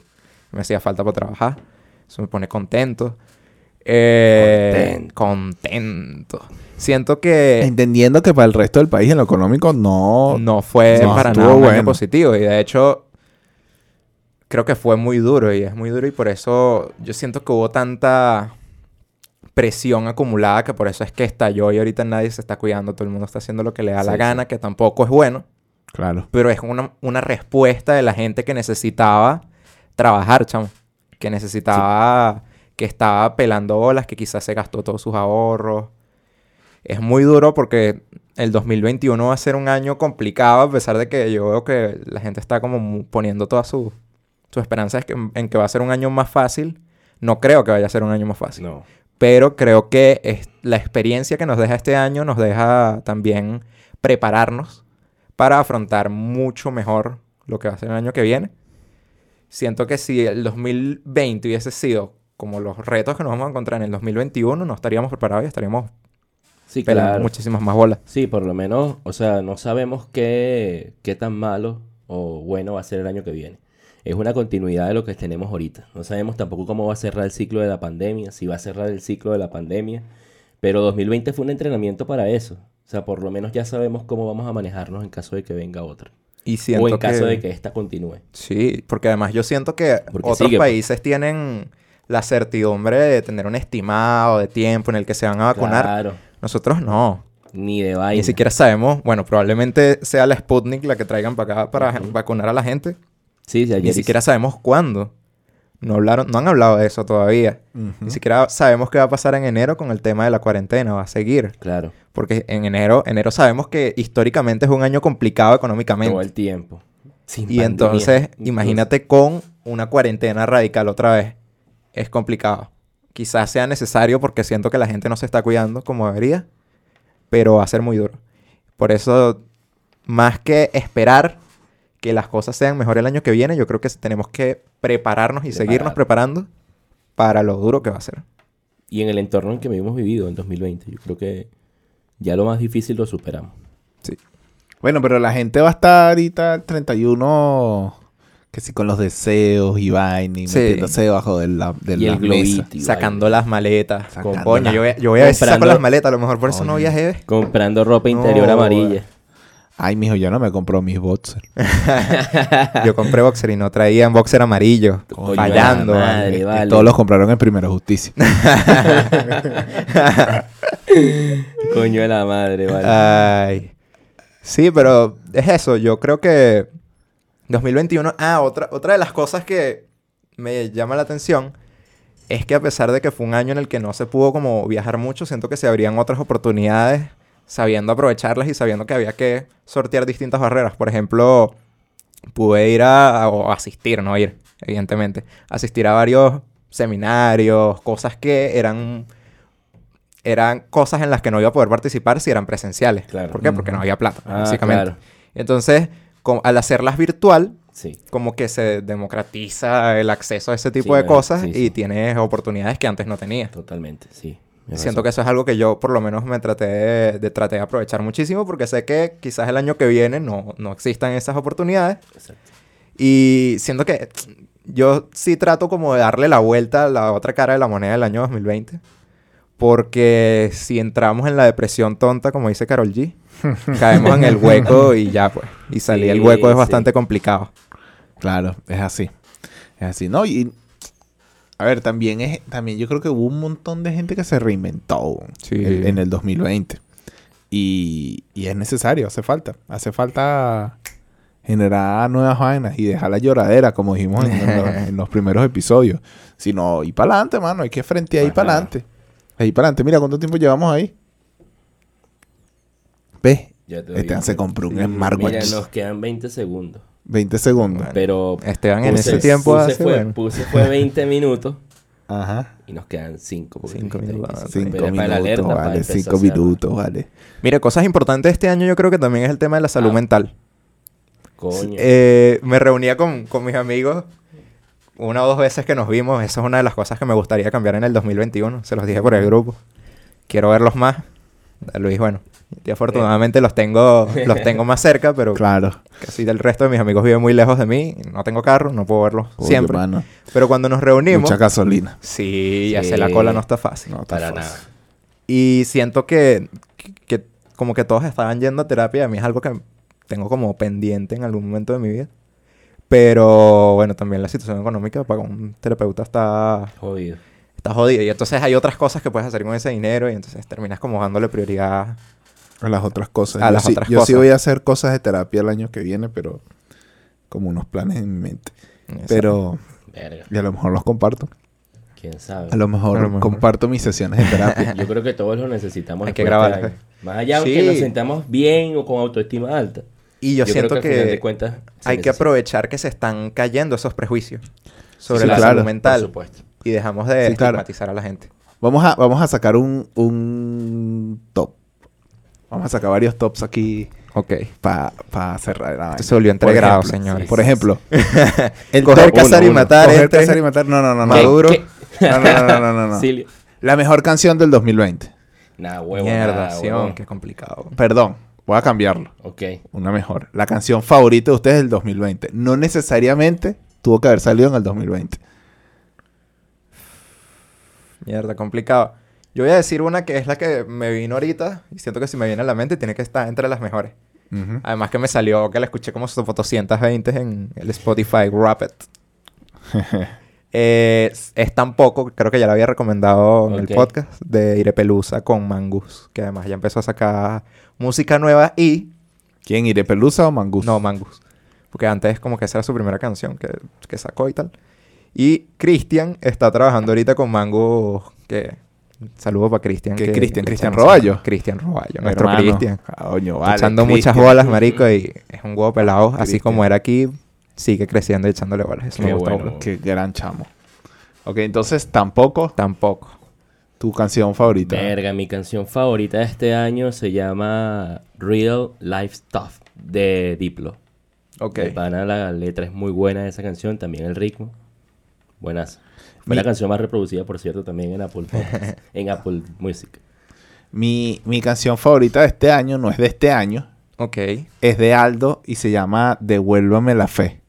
[SPEAKER 3] me hacía falta para trabajar, eso me pone contento. Eh, contento. Siento que
[SPEAKER 2] Entendiendo que para el resto del país en lo económico no...
[SPEAKER 3] no fue
[SPEAKER 2] No,
[SPEAKER 3] para
[SPEAKER 2] estuvo
[SPEAKER 3] nada un año
[SPEAKER 2] bueno.
[SPEAKER 3] positivo. Y de hecho, creo que fue muy duro. Y es muy duro. Y por eso yo siento que hubo tanta presión acumulada que por eso es que estalló y ahorita nadie se está cuidando. Todo el mundo está haciendo lo que le da la
[SPEAKER 4] Sí,
[SPEAKER 3] gana, que tampoco es bueno.
[SPEAKER 2] Claro.
[SPEAKER 3] Pero es una, una respuesta de la gente que necesitaba trabajar, chamo. Que necesitaba... Que estaba pelando olas, que quizás se gastó todos sus ahorros. Es muy duro porque el 2021 va a ser un año complicado a pesar de que yo veo que la gente está como mu- poniendo todas sus sus esperanzas en, en que va a ser un año más fácil. No creo que vaya a ser un año más fácil.
[SPEAKER 4] No.
[SPEAKER 3] Pero creo que es, la experiencia que nos deja este año nos deja también prepararnos para afrontar mucho mejor lo que va a ser el año que viene. Siento que si el 2020 hubiese sido como los retos que nos vamos a encontrar en el 2021, no estaríamos preparados y estaríamos
[SPEAKER 4] Sí,
[SPEAKER 3] pelando
[SPEAKER 4] claro.
[SPEAKER 3] muchísimas más bolas.
[SPEAKER 4] Sí, por lo menos, o sea, no sabemos qué, qué tan malo o bueno va a ser el año que viene. Es una continuidad de lo que tenemos ahorita. No sabemos tampoco cómo va a cerrar el ciclo de la pandemia, si va a cerrar el ciclo de la pandemia, pero 2020 fue un entrenamiento para eso. O sea, por lo menos ya sabemos cómo vamos a manejarnos en caso de que venga otra.
[SPEAKER 3] Y siento
[SPEAKER 4] o en caso
[SPEAKER 3] que-
[SPEAKER 4] de que esta continúe.
[SPEAKER 3] Sí, porque además yo siento que
[SPEAKER 4] Porque
[SPEAKER 3] otros
[SPEAKER 4] sigue, pues.
[SPEAKER 3] países tienen la certidumbre de tener un estimado de tiempo en el que se van a vacunar.
[SPEAKER 4] Claro,
[SPEAKER 3] Nosotros no.
[SPEAKER 4] ni de vaina.
[SPEAKER 3] Ni siquiera sabemos. Bueno, probablemente sea la Sputnik la que traigan para acá para vacunar a la gente.
[SPEAKER 4] Sí, sí, ayer
[SPEAKER 3] Ni
[SPEAKER 4] hice-
[SPEAKER 3] siquiera sabemos cuándo. No hablaron, no han hablado de eso todavía. Ni siquiera sabemos qué va a pasar en enero con el tema de la cuarentena. Va a seguir.
[SPEAKER 4] Claro,
[SPEAKER 3] Porque en enero, enero sabemos que históricamente es un año complicado económicamente.
[SPEAKER 4] todo el tiempo. Sin
[SPEAKER 3] Y
[SPEAKER 4] pandemia,
[SPEAKER 3] entonces,
[SPEAKER 4] incluso.
[SPEAKER 3] imagínate con una cuarentena radical otra vez. Es complicado. Quizás sea necesario porque siento que la gente no se está cuidando como debería, pero va a ser muy duro. Por eso, más que esperar que las cosas sean mejor el año que viene, yo creo que tenemos que prepararnos y seguirnos preparando para lo duro que va a ser.
[SPEAKER 4] y en el entorno en que hemos vivido en 2020. Yo creo que ya lo más difícil lo superamos.
[SPEAKER 3] Sí.
[SPEAKER 2] Bueno, pero la gente va a estar ahorita el 31... Que sí, con los deseos y vaina y
[SPEAKER 3] Sí.
[SPEAKER 2] metiéndose debajo de la, de
[SPEAKER 4] Y el
[SPEAKER 2] las mesas.
[SPEAKER 4] globito. y
[SPEAKER 3] Sacando las maletas.
[SPEAKER 2] Sacando
[SPEAKER 3] Coño,
[SPEAKER 2] las-
[SPEAKER 3] yo voy, a- yo voy a ver si saco
[SPEAKER 4] Comprando-
[SPEAKER 3] las maletas. A lo mejor por eso no
[SPEAKER 2] Oye.
[SPEAKER 3] viajé.
[SPEAKER 4] <laughs> vaina. Comprando ropa interior
[SPEAKER 2] No,
[SPEAKER 4] amarilla.
[SPEAKER 2] Ay, mijo, yo no me compro mis boxers.
[SPEAKER 3] Yo compré boxer y no traían boxer amarillo.
[SPEAKER 4] Coño,
[SPEAKER 3] fallando.
[SPEAKER 4] la
[SPEAKER 3] vale.
[SPEAKER 4] madre, vale.
[SPEAKER 2] Todos los compraron en Primera Justicia.
[SPEAKER 4] Coño de la madre, vale.
[SPEAKER 3] Ah. Ay. Sí, pero es eso. Yo creo que 2021. Ah, otra, otra de las cosas que me llama la atención es que a pesar de que fue un año en el que no se pudo como viajar mucho, siento que se abrían otras oportunidades sabiendo aprovecharlas y sabiendo que había que sortear distintas barreras. Por ejemplo, pude ir a, o asistir, no ir, evidentemente, asistir a varios seminarios, cosas que eran eran cosas en las que no iba a poder participar si eran presenciales.
[SPEAKER 4] Claro.
[SPEAKER 3] ¿Por qué? Porque no había plata,
[SPEAKER 4] Ah,
[SPEAKER 3] básicamente.
[SPEAKER 4] claro.
[SPEAKER 3] Entonces, co- al hacerlas virtual,
[SPEAKER 4] Sí.
[SPEAKER 3] como que se democratiza el acceso a ese
[SPEAKER 4] Sí,
[SPEAKER 3] tipo de
[SPEAKER 4] claro,
[SPEAKER 3] cosas
[SPEAKER 4] sí,
[SPEAKER 3] y
[SPEAKER 4] sí.
[SPEAKER 3] tienes oportunidades que antes no tenías.
[SPEAKER 4] Totalmente, sí. Tienes
[SPEAKER 3] Siento que
[SPEAKER 4] razón.
[SPEAKER 3] eso es algo que yo por lo menos me traté de, de- traté de aprovechar muchísimo porque sé que quizás el año que viene no, no existan esas oportunidades
[SPEAKER 4] Exacto.
[SPEAKER 3] y siento que yo sí trato como de darle la vuelta a la otra cara de la moneda del año 2020 porque si entramos en la depresión tonta como dice
[SPEAKER 4] <laughs>
[SPEAKER 3] Carol G caemos en el hueco y ya pues y salir del
[SPEAKER 4] Sí,
[SPEAKER 3] hueco es
[SPEAKER 4] sí.
[SPEAKER 3] bastante complicado.
[SPEAKER 2] Claro, es así. Es así, ¿no? Y A ver, también es, también yo creo que hubo un montón de gente que se reinventó
[SPEAKER 3] Sí.
[SPEAKER 2] el- en el 2020. Y, y es necesario, hace falta. Hace falta generar nuevas vainas y dejar la lloradera, como dijimos en, en los, en los primeros episodios. Sino, y para adelante, mano, hay que frente ahí
[SPEAKER 4] Ajá.
[SPEAKER 2] para adelante. Ahí para adelante. Mira cuánto tiempo llevamos ahí. ¿Ves?
[SPEAKER 4] Ya te doy
[SPEAKER 2] Este
[SPEAKER 4] un-
[SPEAKER 2] se compró un
[SPEAKER 3] Sí,
[SPEAKER 2] Smart
[SPEAKER 4] Mira,
[SPEAKER 2] Watch.
[SPEAKER 4] nos quedan 20 segundos.
[SPEAKER 2] 20 segundos.
[SPEAKER 4] Pero
[SPEAKER 3] Esteban en
[SPEAKER 4] puse-
[SPEAKER 3] ese tiempo
[SPEAKER 4] puse
[SPEAKER 3] hace,
[SPEAKER 4] fue,
[SPEAKER 3] bueno.
[SPEAKER 4] puse fue 20 minutos
[SPEAKER 2] Ajá.
[SPEAKER 4] y nos quedan 5.
[SPEAKER 3] Cinco minutos, vale.
[SPEAKER 2] Cinco
[SPEAKER 4] Pero para la alerta,
[SPEAKER 2] minutos,
[SPEAKER 4] para
[SPEAKER 2] vale.
[SPEAKER 4] empezar a
[SPEAKER 2] Cinco
[SPEAKER 4] hacerlo.
[SPEAKER 2] minutos, vale.
[SPEAKER 3] Mira, cosas importantes este año yo creo que también es el tema de la salud
[SPEAKER 4] Ah.
[SPEAKER 3] mental.
[SPEAKER 4] Coño.
[SPEAKER 3] Eh, me reunía con, con mis amigos una o dos veces que nos vimos. Esa es una de las cosas que me gustaría cambiar en el 2021. Se los dije por el grupo. Quiero verlos más. A Luis, bueno, yo afortunadamente los tengo, los tengo más cerca,
[SPEAKER 2] <laughs>
[SPEAKER 3] pero
[SPEAKER 2] Claro.
[SPEAKER 3] casi del resto de mis amigos viven muy lejos de mí. No tengo carro, no puedo verlos
[SPEAKER 2] Coño,
[SPEAKER 3] siempre.
[SPEAKER 2] mano.
[SPEAKER 3] Pero cuando nos reunimos,
[SPEAKER 2] Mucha gasolina.
[SPEAKER 3] sí, ya
[SPEAKER 4] Sí.
[SPEAKER 3] sé, la cola no está fácil.
[SPEAKER 2] No,
[SPEAKER 4] para
[SPEAKER 2] está
[SPEAKER 4] nada.
[SPEAKER 3] Y siento que, que como que todos estaban yendo a terapia. y A mí es algo que tengo como pendiente en algún momento de mi vida. Pero bueno, también la situación económica para un terapeuta está,
[SPEAKER 4] Jodido.
[SPEAKER 3] está jodida. Y entonces hay otras cosas que puedes hacer con ese dinero. Y entonces terminas como dándole prioridad.
[SPEAKER 2] A las otras cosas.
[SPEAKER 3] A
[SPEAKER 2] yo
[SPEAKER 3] las
[SPEAKER 2] sí,
[SPEAKER 3] otras
[SPEAKER 2] yo sí
[SPEAKER 3] cosas.
[SPEAKER 2] voy a hacer cosas de terapia el año que viene, pero como unos planes en mi mente. Pero,
[SPEAKER 4] Verga.
[SPEAKER 2] y a lo mejor los comparto.
[SPEAKER 4] ¿Quién sabe?
[SPEAKER 2] A lo mejor,
[SPEAKER 3] A lo mejor.
[SPEAKER 2] comparto mis sesiones de
[SPEAKER 4] <laughs>
[SPEAKER 2] terapia.
[SPEAKER 4] Yo creo que todos lo necesitamos.
[SPEAKER 3] Hay que
[SPEAKER 4] después de este
[SPEAKER 3] grabar.
[SPEAKER 4] año. Más allá de
[SPEAKER 3] Sí.
[SPEAKER 4] que nos sentamos bien o con autoestima alta.
[SPEAKER 3] Y yo, siento
[SPEAKER 4] creo que,
[SPEAKER 3] que,
[SPEAKER 4] al final de cuentas, se
[SPEAKER 3] hay que
[SPEAKER 4] necesita.
[SPEAKER 3] aprovechar que se están cayendo esos prejuicios sobre
[SPEAKER 2] Sí,
[SPEAKER 3] la
[SPEAKER 2] claro,
[SPEAKER 3] salud
[SPEAKER 2] por
[SPEAKER 3] mental.
[SPEAKER 4] Por supuesto.
[SPEAKER 3] Y dejamos de
[SPEAKER 2] Sí, claro.
[SPEAKER 3] estigmatizar a la gente.
[SPEAKER 2] vamos, a, vamos a sacar un, un top. Vamos a sacar varios tops aquí
[SPEAKER 3] Ok.
[SPEAKER 2] para cerrar la vaina.
[SPEAKER 3] Esto se volvió
[SPEAKER 2] Por
[SPEAKER 3] entregrado,
[SPEAKER 2] ejemplo,
[SPEAKER 3] señores.
[SPEAKER 2] Por ejemplo,
[SPEAKER 3] El coger,
[SPEAKER 2] top uno,
[SPEAKER 3] cazar y
[SPEAKER 2] uno.
[SPEAKER 3] matar. este
[SPEAKER 2] Coger,
[SPEAKER 3] entre-
[SPEAKER 2] cazar y matar. No, no, no. no.
[SPEAKER 3] Maduro.
[SPEAKER 4] ¿Qué?
[SPEAKER 2] No, no, no, no,
[SPEAKER 3] <laughs>
[SPEAKER 2] no, no.
[SPEAKER 4] Silvio.
[SPEAKER 2] La mejor canción del 2020.
[SPEAKER 4] Nah, huevo.
[SPEAKER 3] Mierda,
[SPEAKER 4] nada,
[SPEAKER 3] Sion,
[SPEAKER 4] huevón.
[SPEAKER 3] qué complicado.
[SPEAKER 2] Perdón, voy a cambiarlo.
[SPEAKER 4] Ok.
[SPEAKER 2] Una mejor. La canción favorita de ustedes del 2020. No necesariamente tuvo que haber salido en el 2020.
[SPEAKER 3] Mierda, complicado. Yo voy a decir una que es la que me vino ahorita y siento que si me viene a la mente tiene que estar entre las mejores.
[SPEAKER 2] Ujú.
[SPEAKER 3] Además que me salió que la escuché como 420 en el Spotify Rapid.
[SPEAKER 4] <laughs>
[SPEAKER 3] Eh, es, es tan poco, creo que ya la había recomendado en
[SPEAKER 4] Ok.
[SPEAKER 3] el podcast, de Irepelusa con Mangus, que además ya empezó a sacar música nueva y...
[SPEAKER 2] ¿Quién? ¿Iré Pelusa o Mangus?
[SPEAKER 3] No, Mangus. Porque antes como que esa era su primera canción que, que sacó y tal. Y Cristian está trabajando ahorita con Mangus, que... Saludo para Cristian.
[SPEAKER 2] ¿Qué
[SPEAKER 3] que-
[SPEAKER 2] Cristian?
[SPEAKER 3] que
[SPEAKER 2] ¿Cristian
[SPEAKER 3] chamo,
[SPEAKER 2] Roballo?
[SPEAKER 3] Cristian Roballo, nuestro
[SPEAKER 2] Hermano.
[SPEAKER 3] Cristian.
[SPEAKER 2] Ah, Coño,
[SPEAKER 3] Está
[SPEAKER 2] vale.
[SPEAKER 3] echando muchas
[SPEAKER 2] Cristian.
[SPEAKER 3] bolas, marico, y es un huevo pelado. Así
[SPEAKER 2] Cristian.
[SPEAKER 3] como era aquí, sigue creciendo y echándole bolas. Eso
[SPEAKER 4] Qué
[SPEAKER 3] me gusta
[SPEAKER 4] bueno.
[SPEAKER 3] burda.
[SPEAKER 2] Qué gran chamo. Ok, entonces tampoco
[SPEAKER 3] Tampoco.
[SPEAKER 2] tu canción favorita.
[SPEAKER 4] Verga, mi canción favorita de este año se llama Real Life Stuff de Diplo.
[SPEAKER 3] Ok.
[SPEAKER 4] De pana, la letra es muy buena de esa canción, también el ritmo. Buenas. Fue
[SPEAKER 2] Mi-
[SPEAKER 4] la canción más reproducida, por cierto, también en Apple
[SPEAKER 3] <laughs>
[SPEAKER 4] Podcast, en Apple Music.
[SPEAKER 2] Mi, mi canción favorita de este año no es de este año.
[SPEAKER 3] Ok.
[SPEAKER 2] Es de Aldo y se llama Devuélvame la fe.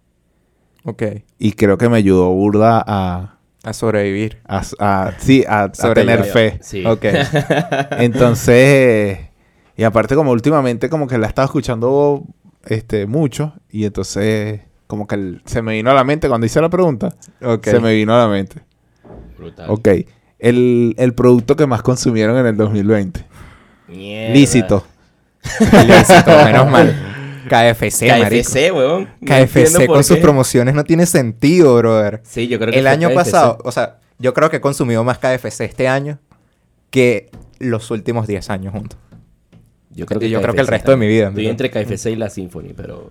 [SPEAKER 3] Ok.
[SPEAKER 2] Y creo que me ayudó burda a...
[SPEAKER 3] A sobrevivir. <laughs>
[SPEAKER 2] a- a- sí, a, a
[SPEAKER 3] Sobrellevar.
[SPEAKER 2] tener fe.
[SPEAKER 4] Sí.
[SPEAKER 3] Ok.
[SPEAKER 4] <laughs>
[SPEAKER 2] Entonces, y aparte como últimamente como que la estaba escuchando este mucho y entonces como que el- se me vino a la mente cuando hice la pregunta,
[SPEAKER 3] Ok.
[SPEAKER 2] se me vino a la mente.
[SPEAKER 4] Brutal.
[SPEAKER 2] Ok. El, el producto que más consumieron en el 2020.
[SPEAKER 4] Mierda.
[SPEAKER 2] Lícito.
[SPEAKER 4] <laughs>
[SPEAKER 3] Lícito, menos mal. KFC, marico.
[SPEAKER 4] KFC, huevón. No entiendo
[SPEAKER 3] KFC
[SPEAKER 4] por
[SPEAKER 3] con sus
[SPEAKER 4] qué.
[SPEAKER 3] promociones no tiene sentido, brother.
[SPEAKER 4] Sí, yo creo que
[SPEAKER 3] El
[SPEAKER 4] fue
[SPEAKER 3] año
[SPEAKER 4] KFC.
[SPEAKER 3] pasado, o sea, yo creo que he consumido más KFC este año que los últimos 10 años juntos.
[SPEAKER 4] Yo
[SPEAKER 3] yo creo que el
[SPEAKER 4] KFC
[SPEAKER 3] resto de mi vida, en
[SPEAKER 4] Estoy
[SPEAKER 3] verdad.
[SPEAKER 4] entre KFC y la Symphony, pero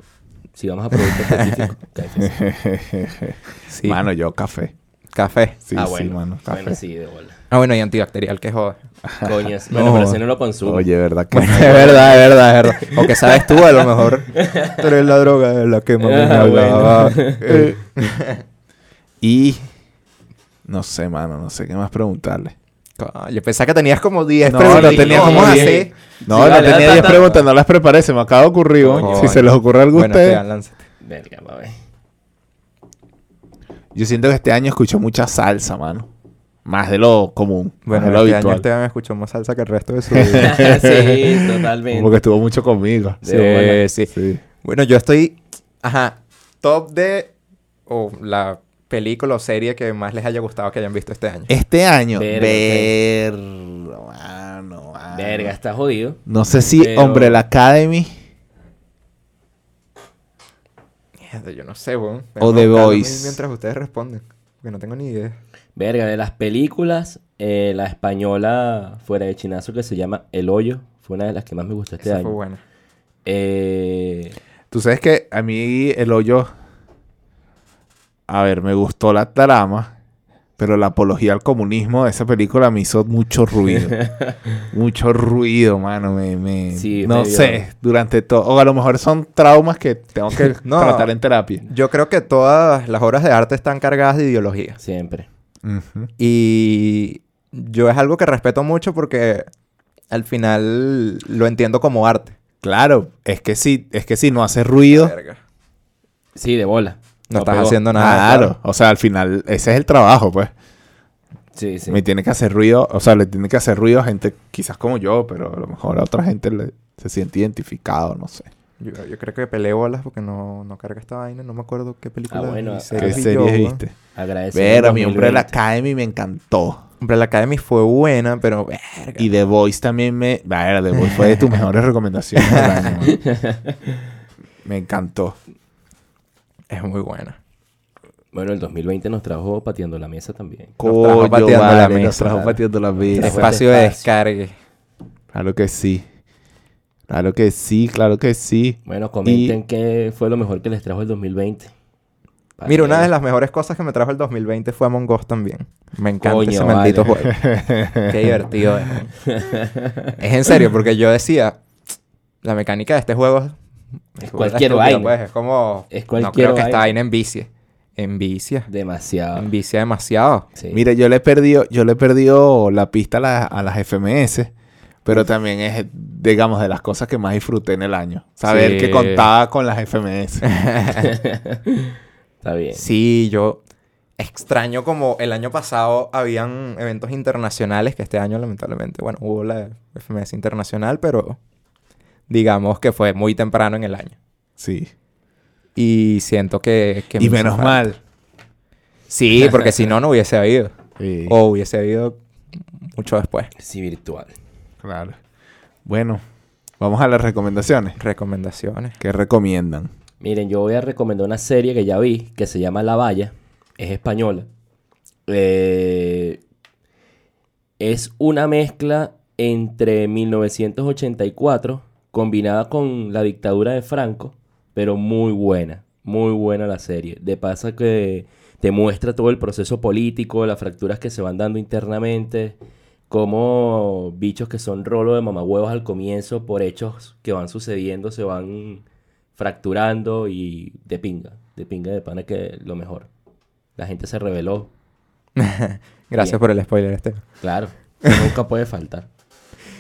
[SPEAKER 4] si vamos a productos
[SPEAKER 3] <laughs>
[SPEAKER 4] específicos, KFC.
[SPEAKER 3] Sí.
[SPEAKER 2] Mano, yo café.
[SPEAKER 3] Café.
[SPEAKER 2] Sí,
[SPEAKER 4] ah,
[SPEAKER 2] sí,
[SPEAKER 4] bueno.
[SPEAKER 2] mano, café.
[SPEAKER 4] bueno, sí, de
[SPEAKER 3] <laughs>
[SPEAKER 4] bola.
[SPEAKER 3] Ah, bueno, y antibacterial, que joda.
[SPEAKER 4] Coño, es- bueno,
[SPEAKER 3] No.
[SPEAKER 4] pero ese no lo consumo.
[SPEAKER 2] Oye, ¿verdad que
[SPEAKER 3] Bueno,
[SPEAKER 2] no?
[SPEAKER 3] es verdad, es verdad, es verdad. <laughs> O que sabes tú, a lo mejor. Tú eres la droga de la que mami me
[SPEAKER 4] Ah,
[SPEAKER 3] hablaba.
[SPEAKER 2] Eh. <laughs> Y no sé, mano, no sé qué más preguntarle.
[SPEAKER 3] Coño, Yo pensaba que tenías como 10
[SPEAKER 2] No,
[SPEAKER 3] preguntas.
[SPEAKER 2] no tenía
[SPEAKER 3] ¿Cómo
[SPEAKER 2] como
[SPEAKER 3] así?
[SPEAKER 2] 10. No,
[SPEAKER 4] Sí,
[SPEAKER 2] no
[SPEAKER 4] vale,
[SPEAKER 2] tenía
[SPEAKER 4] ta,
[SPEAKER 2] 10
[SPEAKER 4] ta.
[SPEAKER 2] preguntas, no las preparé, se me acaba de ocurrir.
[SPEAKER 4] Coño.
[SPEAKER 2] Si se les ocurre algo a
[SPEAKER 3] Bueno,
[SPEAKER 2] ustedes.
[SPEAKER 3] Esteban, lánzate.
[SPEAKER 4] Verga, pa' ver. <laughs>
[SPEAKER 2] Yo siento que este año escucho mucha salsa, mano. Más de lo común,
[SPEAKER 3] Bueno,
[SPEAKER 2] más de lo
[SPEAKER 3] este año
[SPEAKER 2] habitual.
[SPEAKER 3] Esteban escuchó más salsa que el resto de su vida. <laughs>
[SPEAKER 4] sí, totalmente.
[SPEAKER 2] Porque estuvo mucho conmigo.
[SPEAKER 4] Sí,
[SPEAKER 3] Eh,
[SPEAKER 4] bueno.
[SPEAKER 3] sí. Bueno, yo estoy. Ajá. Top de. O la película o serie que más les haya gustado que hayan visto este año.
[SPEAKER 2] Este año.
[SPEAKER 4] Verga,
[SPEAKER 2] Ver... mano, mano.
[SPEAKER 4] Verga, está jodido.
[SPEAKER 2] No sé si
[SPEAKER 4] Pero-
[SPEAKER 2] Hombre la Academy
[SPEAKER 3] Mierda, yo no sé, weón.
[SPEAKER 2] O
[SPEAKER 3] Déjame
[SPEAKER 2] The
[SPEAKER 3] buscarlo
[SPEAKER 2] Voice.
[SPEAKER 3] Mientras ustedes responden. Porque no tengo ni idea.
[SPEAKER 4] Verga, de las películas, eh, la española fuera de chinazo que se llama El Hoyo fue una de las que más me gustó este
[SPEAKER 3] Esa
[SPEAKER 4] año.
[SPEAKER 3] fue buena.
[SPEAKER 4] Eh,
[SPEAKER 2] Tú sabes que a mí el hoyo. A ver, me gustó la trama, pero la apología al comunismo de esa película me hizo mucho ruido. mucho ruido, mano. Me, me-
[SPEAKER 4] Sí,
[SPEAKER 2] no
[SPEAKER 4] medio-
[SPEAKER 2] sé, durante todo. O a lo mejor son traumas que tengo que
[SPEAKER 3] No.
[SPEAKER 2] tratar en terapia.
[SPEAKER 3] Yo creo que todas las obras de arte están cargadas de ideología.
[SPEAKER 4] siempre.
[SPEAKER 2] Ujú.
[SPEAKER 3] Y yo es algo que respeto mucho porque al final lo entiendo como arte.
[SPEAKER 2] Claro, es que sí, es que si no hace ruido.
[SPEAKER 3] Verga.
[SPEAKER 4] Sí, de bola.
[SPEAKER 3] No, estás
[SPEAKER 4] pegó.
[SPEAKER 3] haciendo nada.
[SPEAKER 2] Ah, Claro, o sea, al final ese es el trabajo, pues.
[SPEAKER 4] Sí, sí.
[SPEAKER 2] Me tiene que hacer ruido, o sea, le tiene que hacer ruido a gente quizás como yo, pero a lo mejor a otra gente le- se siente identificado, no sé.
[SPEAKER 3] Yo, yo creo que peleé bolas porque no, no carga esta vaina. No me acuerdo qué película.
[SPEAKER 4] Ah, bueno,
[SPEAKER 3] ni
[SPEAKER 4] ah,
[SPEAKER 2] ¿Qué
[SPEAKER 3] vi
[SPEAKER 2] series
[SPEAKER 3] yo, weón.
[SPEAKER 2] viste?
[SPEAKER 4] Agradecido.
[SPEAKER 2] Ver, a mi hombre la
[SPEAKER 4] 2020.
[SPEAKER 2] Academy me encantó.
[SPEAKER 3] Hombre, la Academy fue buena, pero verga.
[SPEAKER 2] Y The Voice también me... Ver, The Voice fue de tus mejores recomendaciones del año, man. Me encantó.
[SPEAKER 3] es muy buena.
[SPEAKER 4] Bueno, el 2020 nos trajo pateando la mesa también.
[SPEAKER 3] Nos trajo
[SPEAKER 2] Coño,
[SPEAKER 3] pateando la
[SPEAKER 2] vale,
[SPEAKER 3] mesa,
[SPEAKER 2] nos trajo
[SPEAKER 3] claro.
[SPEAKER 2] pateando la mesa.
[SPEAKER 4] Trajo-
[SPEAKER 3] Espacio de
[SPEAKER 4] espacio.
[SPEAKER 3] descargue.
[SPEAKER 2] Claro que sí. Claro que sí, claro que sí.
[SPEAKER 4] Bueno, comenten qué fue lo mejor que les trajo el 2020. Para
[SPEAKER 3] Mira, una
[SPEAKER 4] que-
[SPEAKER 3] de las mejores cosas que me trajo el 2020 fue Among Us también. Me encanta
[SPEAKER 4] Coño,
[SPEAKER 3] ese maldito
[SPEAKER 4] vale.
[SPEAKER 3] juego. Qué divertido es. man.
[SPEAKER 4] <laughs>
[SPEAKER 3] es en serio, porque yo decía, la mecánica de este juego es-
[SPEAKER 4] Es
[SPEAKER 3] una
[SPEAKER 4] cualquier
[SPEAKER 3] estúpida,
[SPEAKER 4] vaina.
[SPEAKER 3] pues, Es como...
[SPEAKER 4] Es
[SPEAKER 3] no
[SPEAKER 4] cualquier
[SPEAKER 3] creo que esta
[SPEAKER 4] vaina. Ah.
[SPEAKER 3] vaina envicie. Envicia.
[SPEAKER 4] <laughs> Demasiado.
[SPEAKER 3] Envicia demasiado.
[SPEAKER 4] Sí.
[SPEAKER 2] Mira, yo le he perdido, yo le he perdido la pista a, la- a las FMS, pero también es, digamos, de las cosas que más disfruté en el año. Saber
[SPEAKER 3] Sí.
[SPEAKER 2] que contaba con las FMS.
[SPEAKER 4] Está bien.
[SPEAKER 3] Eh, Sí, yo extraño como el año pasado habían eventos internacionales que este año lamentablemente, bueno, hubo la FMS internacional, pero digamos que fue muy temprano en el año.
[SPEAKER 2] Sí.
[SPEAKER 3] Y siento que... que me
[SPEAKER 2] Y
[SPEAKER 3] hizo
[SPEAKER 2] menos
[SPEAKER 3] falta.
[SPEAKER 2] mal.
[SPEAKER 3] Sí, porque si no, no hubiese habido.
[SPEAKER 2] Sí.
[SPEAKER 3] O hubiese habido mucho después.
[SPEAKER 4] Sí, virtual.
[SPEAKER 2] Claro. Bueno, vamos a las recomendaciones.
[SPEAKER 3] Recomendaciones.
[SPEAKER 2] ¿Qué recomiendan?
[SPEAKER 4] Miren, yo voy a recomendar una serie que ya vi, que se llama La Valla. Es española. Eh, es una mezcla entre 1984 combinada con la dictadura de Franco, pero muy buena, muy buena la serie. De paso que te muestra todo el proceso político, las fracturas que se van dando internamente, cómo bichos que son rolo de mamahuevos al comienzo por hechos que van sucediendo se van fracturando y de pinga, de pinga de pana que lo mejor. La gente se rebeló,
[SPEAKER 3] Gracias
[SPEAKER 4] Bien.
[SPEAKER 3] por el spoiler este.
[SPEAKER 4] Claro, nunca puede faltar.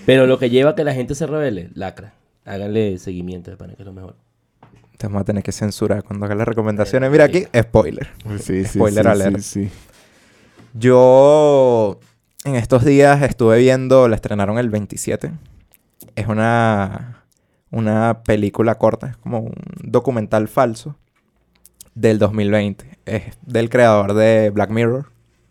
[SPEAKER 4] Pero lo que lleva a que la gente se revele, lacra. Háganle seguimiento, de pana, que es lo mejor.
[SPEAKER 3] Te este vamos a tener que censurar cuando haga las recomendaciones. Mira aquí, spoiler.
[SPEAKER 2] Sí,
[SPEAKER 3] Spoiler alert.
[SPEAKER 2] sí, sí.
[SPEAKER 3] Yo en estos días estuve viendo, la estrenaron el 27. Es una, una película corta, es como un documental falso del 2020. Es del creador de Black Mirror,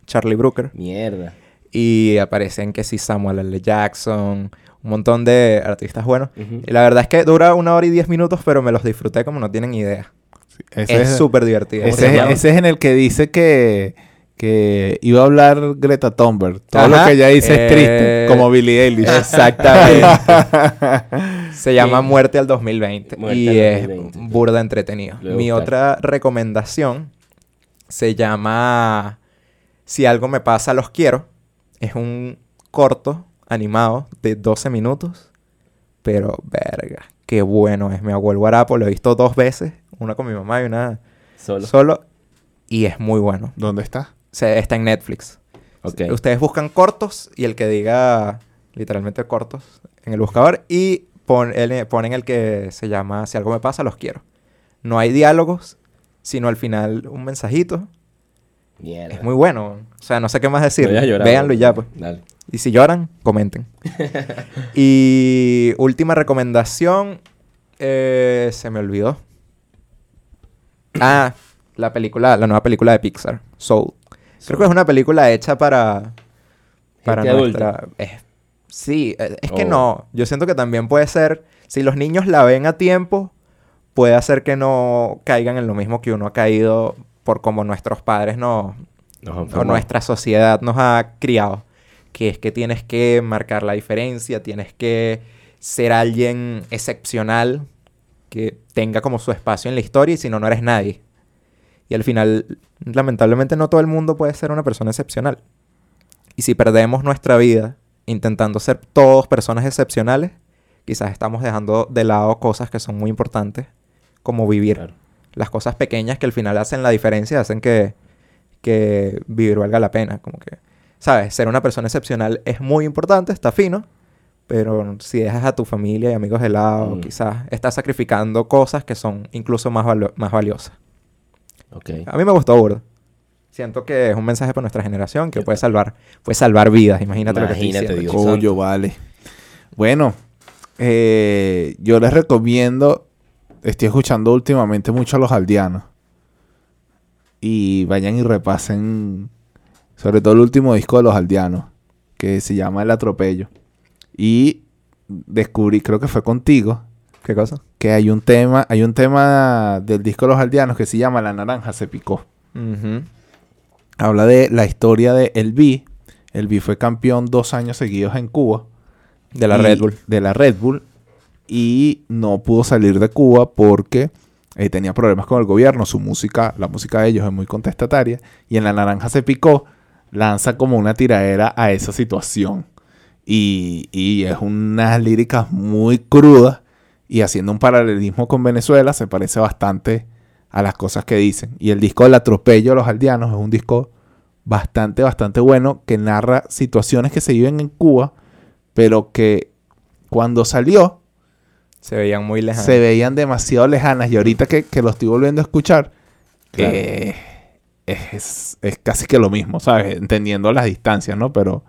[SPEAKER 3] Charlie Brooker.
[SPEAKER 4] Mierda.
[SPEAKER 3] Y aparecen que sí Samuel L. Jackson, un montón de artistas buenos.
[SPEAKER 4] Ujú.
[SPEAKER 3] Y la verdad es que dura una hora y diez minutos, pero me los disfruté como no tienen idea.
[SPEAKER 2] Ese
[SPEAKER 3] es súper divertido.
[SPEAKER 4] se
[SPEAKER 2] Ese, es-
[SPEAKER 4] llama?
[SPEAKER 2] ese es en el que dice que, que iba a hablar Greta Thunberg. Todo lo
[SPEAKER 3] Ajá.
[SPEAKER 2] que ella dice es
[SPEAKER 3] Eh,
[SPEAKER 2] triste, como Billie Eilish. <laughs>
[SPEAKER 3] Exactamente. Se llama
[SPEAKER 4] Sí.
[SPEAKER 3] Muerte al 2020
[SPEAKER 4] Muerte
[SPEAKER 3] y
[SPEAKER 4] al
[SPEAKER 3] es
[SPEAKER 4] 2020.
[SPEAKER 3] burda entretenido.
[SPEAKER 4] Lo voy a
[SPEAKER 3] Mi
[SPEAKER 4] buscar.
[SPEAKER 3] otra recomendación se llama Si algo me pasa, los quiero. Es un corto animado de 12 minutos, pero verga, qué bueno es. Me abuelo guarapo, lo he visto dos veces, una con mi mamá y una
[SPEAKER 4] Solo.
[SPEAKER 3] solo, y es muy bueno.
[SPEAKER 2] ¿Dónde está?
[SPEAKER 3] Se, está en Netflix.
[SPEAKER 4] ok.
[SPEAKER 3] Ustedes buscan cortos y el que diga literalmente cortos en el buscador y pon- el- eh, ponen el que se llama Si algo me pasa, los quiero. No hay diálogos, sino al final un mensajito.
[SPEAKER 4] Mierda.
[SPEAKER 3] Es muy bueno. O sea, no sé qué más decir.
[SPEAKER 4] Voy a llorar,
[SPEAKER 3] Véanlo y
[SPEAKER 4] bro.
[SPEAKER 3] ya, pues.
[SPEAKER 4] Dale.
[SPEAKER 3] Y si lloran, comenten. y última recomendación. eh, se me olvidó. Ah, la película, la nueva película de Pixar. Soul. Creo que es una película hecha para. Para
[SPEAKER 4] Gente
[SPEAKER 3] nuestra. es- sí, eh, es que
[SPEAKER 4] Oh.
[SPEAKER 3] no. Yo siento que también puede ser. Si los niños la ven a tiempo, puede hacer que no caigan en lo mismo que uno ha caído por como nuestros padres nos,
[SPEAKER 4] Nos
[SPEAKER 3] o
[SPEAKER 4] enfermó.
[SPEAKER 3] nuestra sociedad nos ha criado. Que es que tienes que marcar la diferencia, tienes que ser alguien excepcional que tenga como su espacio en la historia y si no, no eres nadie. Y al final, lamentablemente, no todo el mundo puede ser una persona excepcional. Y si perdemos nuestra vida intentando ser todos personas excepcionales, quizás estamos dejando de lado cosas que son muy importantes, como vivir
[SPEAKER 4] Claro.
[SPEAKER 3] las cosas pequeñas que al final hacen la diferencia, hacen que, que vivir valga la pena. Como que, ¿sabes? Ser una persona excepcional es muy importante, está fino, pero si dejas a tu familia y amigos de lado,
[SPEAKER 4] Mm.
[SPEAKER 3] quizás estás sacrificando cosas que son incluso más, valo- más valiosas.
[SPEAKER 4] Ok.
[SPEAKER 3] A mí me gustó Burda. Siento que es un mensaje para nuestra generación que puede salvar, puede salvar vidas. Imagínate, lo que estoy
[SPEAKER 4] Imagínate,
[SPEAKER 3] diciendo.
[SPEAKER 4] Dios
[SPEAKER 2] Coño,
[SPEAKER 4] santo.
[SPEAKER 2] vale. Bueno, eh, yo les recomiendo. Estoy escuchando últimamente mucho a los aldeanos. Y vayan y repasen. Sobre todo el último disco de los aldeanos. Que se llama El Atropello. Y descubrí, creo que fue contigo.
[SPEAKER 3] ¿Qué cosa?
[SPEAKER 2] Que hay un tema, hay un tema del disco de los aldeanos que se llama La naranja se picó
[SPEAKER 3] Ujú.
[SPEAKER 2] habla de la historia de El B. El B fue campeón dos años seguidos en Cuba.
[SPEAKER 3] De la
[SPEAKER 2] Y-
[SPEAKER 3] Red Bull.
[SPEAKER 2] De la Red Bull. Y no pudo salir de Cuba porque eh, tenía problemas con el gobierno. Su música, la música de ellos es muy contestataria. Y en La Naranja se picó, lanza como una tiradera a esa situación. Y, y es unas líricas muy crudas. Y haciendo un paralelismo con Venezuela, se parece bastante a las cosas que dicen. Y el disco El atropello a los aldeanos es un disco bastante, bastante bueno que narra situaciones que se viven en Cuba, pero que cuando salió
[SPEAKER 3] Se veían muy lejanos.
[SPEAKER 2] se veían demasiado lejanas. Y ahorita que, que lo estoy volviendo a escuchar,
[SPEAKER 4] Claro.
[SPEAKER 2] eh, es, es casi que lo mismo, ¿sabes? Entendiendo las distancias, ¿no? Pero,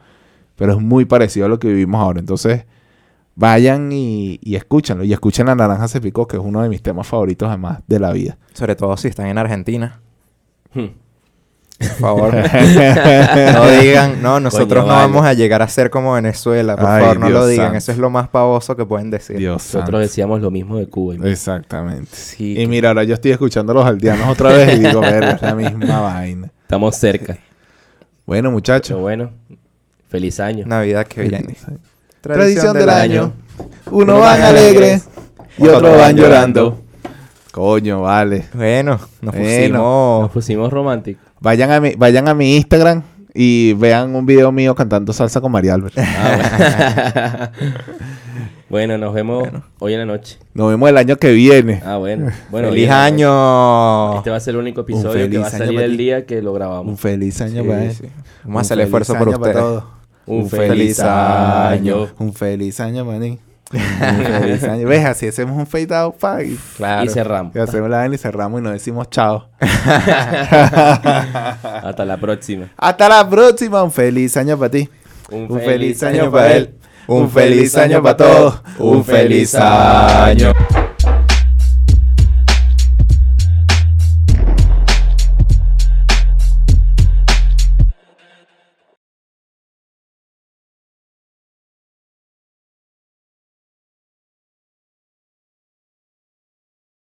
[SPEAKER 2] pero es muy parecido a lo que vivimos ahora. Entonces, vayan y, y escúchanlo. Y escuchen La Naranja se picó, que es uno de mis temas favoritos, además, de la vida.
[SPEAKER 3] Sobre todo si están en Argentina.
[SPEAKER 4] Hmm.
[SPEAKER 3] Por
[SPEAKER 2] <laughs>
[SPEAKER 3] favor. no digan, no, nosotros no
[SPEAKER 4] vale.
[SPEAKER 3] vamos a llegar a ser como Venezuela. Por
[SPEAKER 2] Ay,
[SPEAKER 3] favor, no
[SPEAKER 2] Dios
[SPEAKER 3] lo digan.
[SPEAKER 2] santo.
[SPEAKER 3] Eso es lo más pavoso que pueden decir.
[SPEAKER 2] Dios santo.
[SPEAKER 4] Nosotros decíamos lo mismo de Cuba. y-
[SPEAKER 2] Exactamente.
[SPEAKER 3] Sí,
[SPEAKER 2] Y
[SPEAKER 3] que-
[SPEAKER 2] mira, ahora yo estoy escuchando a los aldeanos otra vez y digo, verga, es la misma vaina.
[SPEAKER 4] Estamos cerca.
[SPEAKER 2] Bueno,
[SPEAKER 4] Pero
[SPEAKER 2] muchachos.
[SPEAKER 4] bueno, feliz año.
[SPEAKER 3] Navidad que viene.
[SPEAKER 2] Tradición del año. Uno
[SPEAKER 4] Uno
[SPEAKER 2] van
[SPEAKER 4] van
[SPEAKER 2] alegre
[SPEAKER 4] alegres
[SPEAKER 2] y otro van llorando. Coño, vale.
[SPEAKER 3] Bueno, nos
[SPEAKER 2] Bueno.
[SPEAKER 4] Nos
[SPEAKER 3] pusimos.
[SPEAKER 4] pusimos románticos.
[SPEAKER 2] Vayan a mi, vayan a mi Instagram y vean un video mío cantando salsa con María <laughs> Albert.
[SPEAKER 4] Ah, bueno. bueno, nos vemos hoy en la noche.
[SPEAKER 2] Nos vemos el año que viene.
[SPEAKER 4] Ah, bueno. bueno hoy
[SPEAKER 3] ¡Feliz
[SPEAKER 4] en la noche.
[SPEAKER 3] año!
[SPEAKER 4] Este va a ser el único episodio que
[SPEAKER 2] feliz
[SPEAKER 4] va a
[SPEAKER 2] año
[SPEAKER 4] salir
[SPEAKER 2] para
[SPEAKER 4] el
[SPEAKER 2] ti.
[SPEAKER 4] día que lo
[SPEAKER 2] Un
[SPEAKER 4] grabamos.
[SPEAKER 2] feliz año
[SPEAKER 3] Sí,
[SPEAKER 2] para él.
[SPEAKER 3] sí.
[SPEAKER 2] Un
[SPEAKER 3] Vamos a hacer el
[SPEAKER 2] feliz
[SPEAKER 3] esfuerzo por
[SPEAKER 2] año para
[SPEAKER 3] ustedes.
[SPEAKER 2] todos.
[SPEAKER 4] Un feliz año.
[SPEAKER 2] Un feliz año, maní. <laughs> Un feliz año. ¿Ves? Así hacemos un fade out, pa. Y,
[SPEAKER 4] Y
[SPEAKER 3] Claro.
[SPEAKER 4] cerramos.
[SPEAKER 2] y hacemos la vaina y cerramos y nos decimos chao.
[SPEAKER 4] Hasta la próxima.
[SPEAKER 2] Hasta la próxima. Un feliz año para ti.
[SPEAKER 3] Un feliz año para él. Un feliz año para todos. Un feliz año.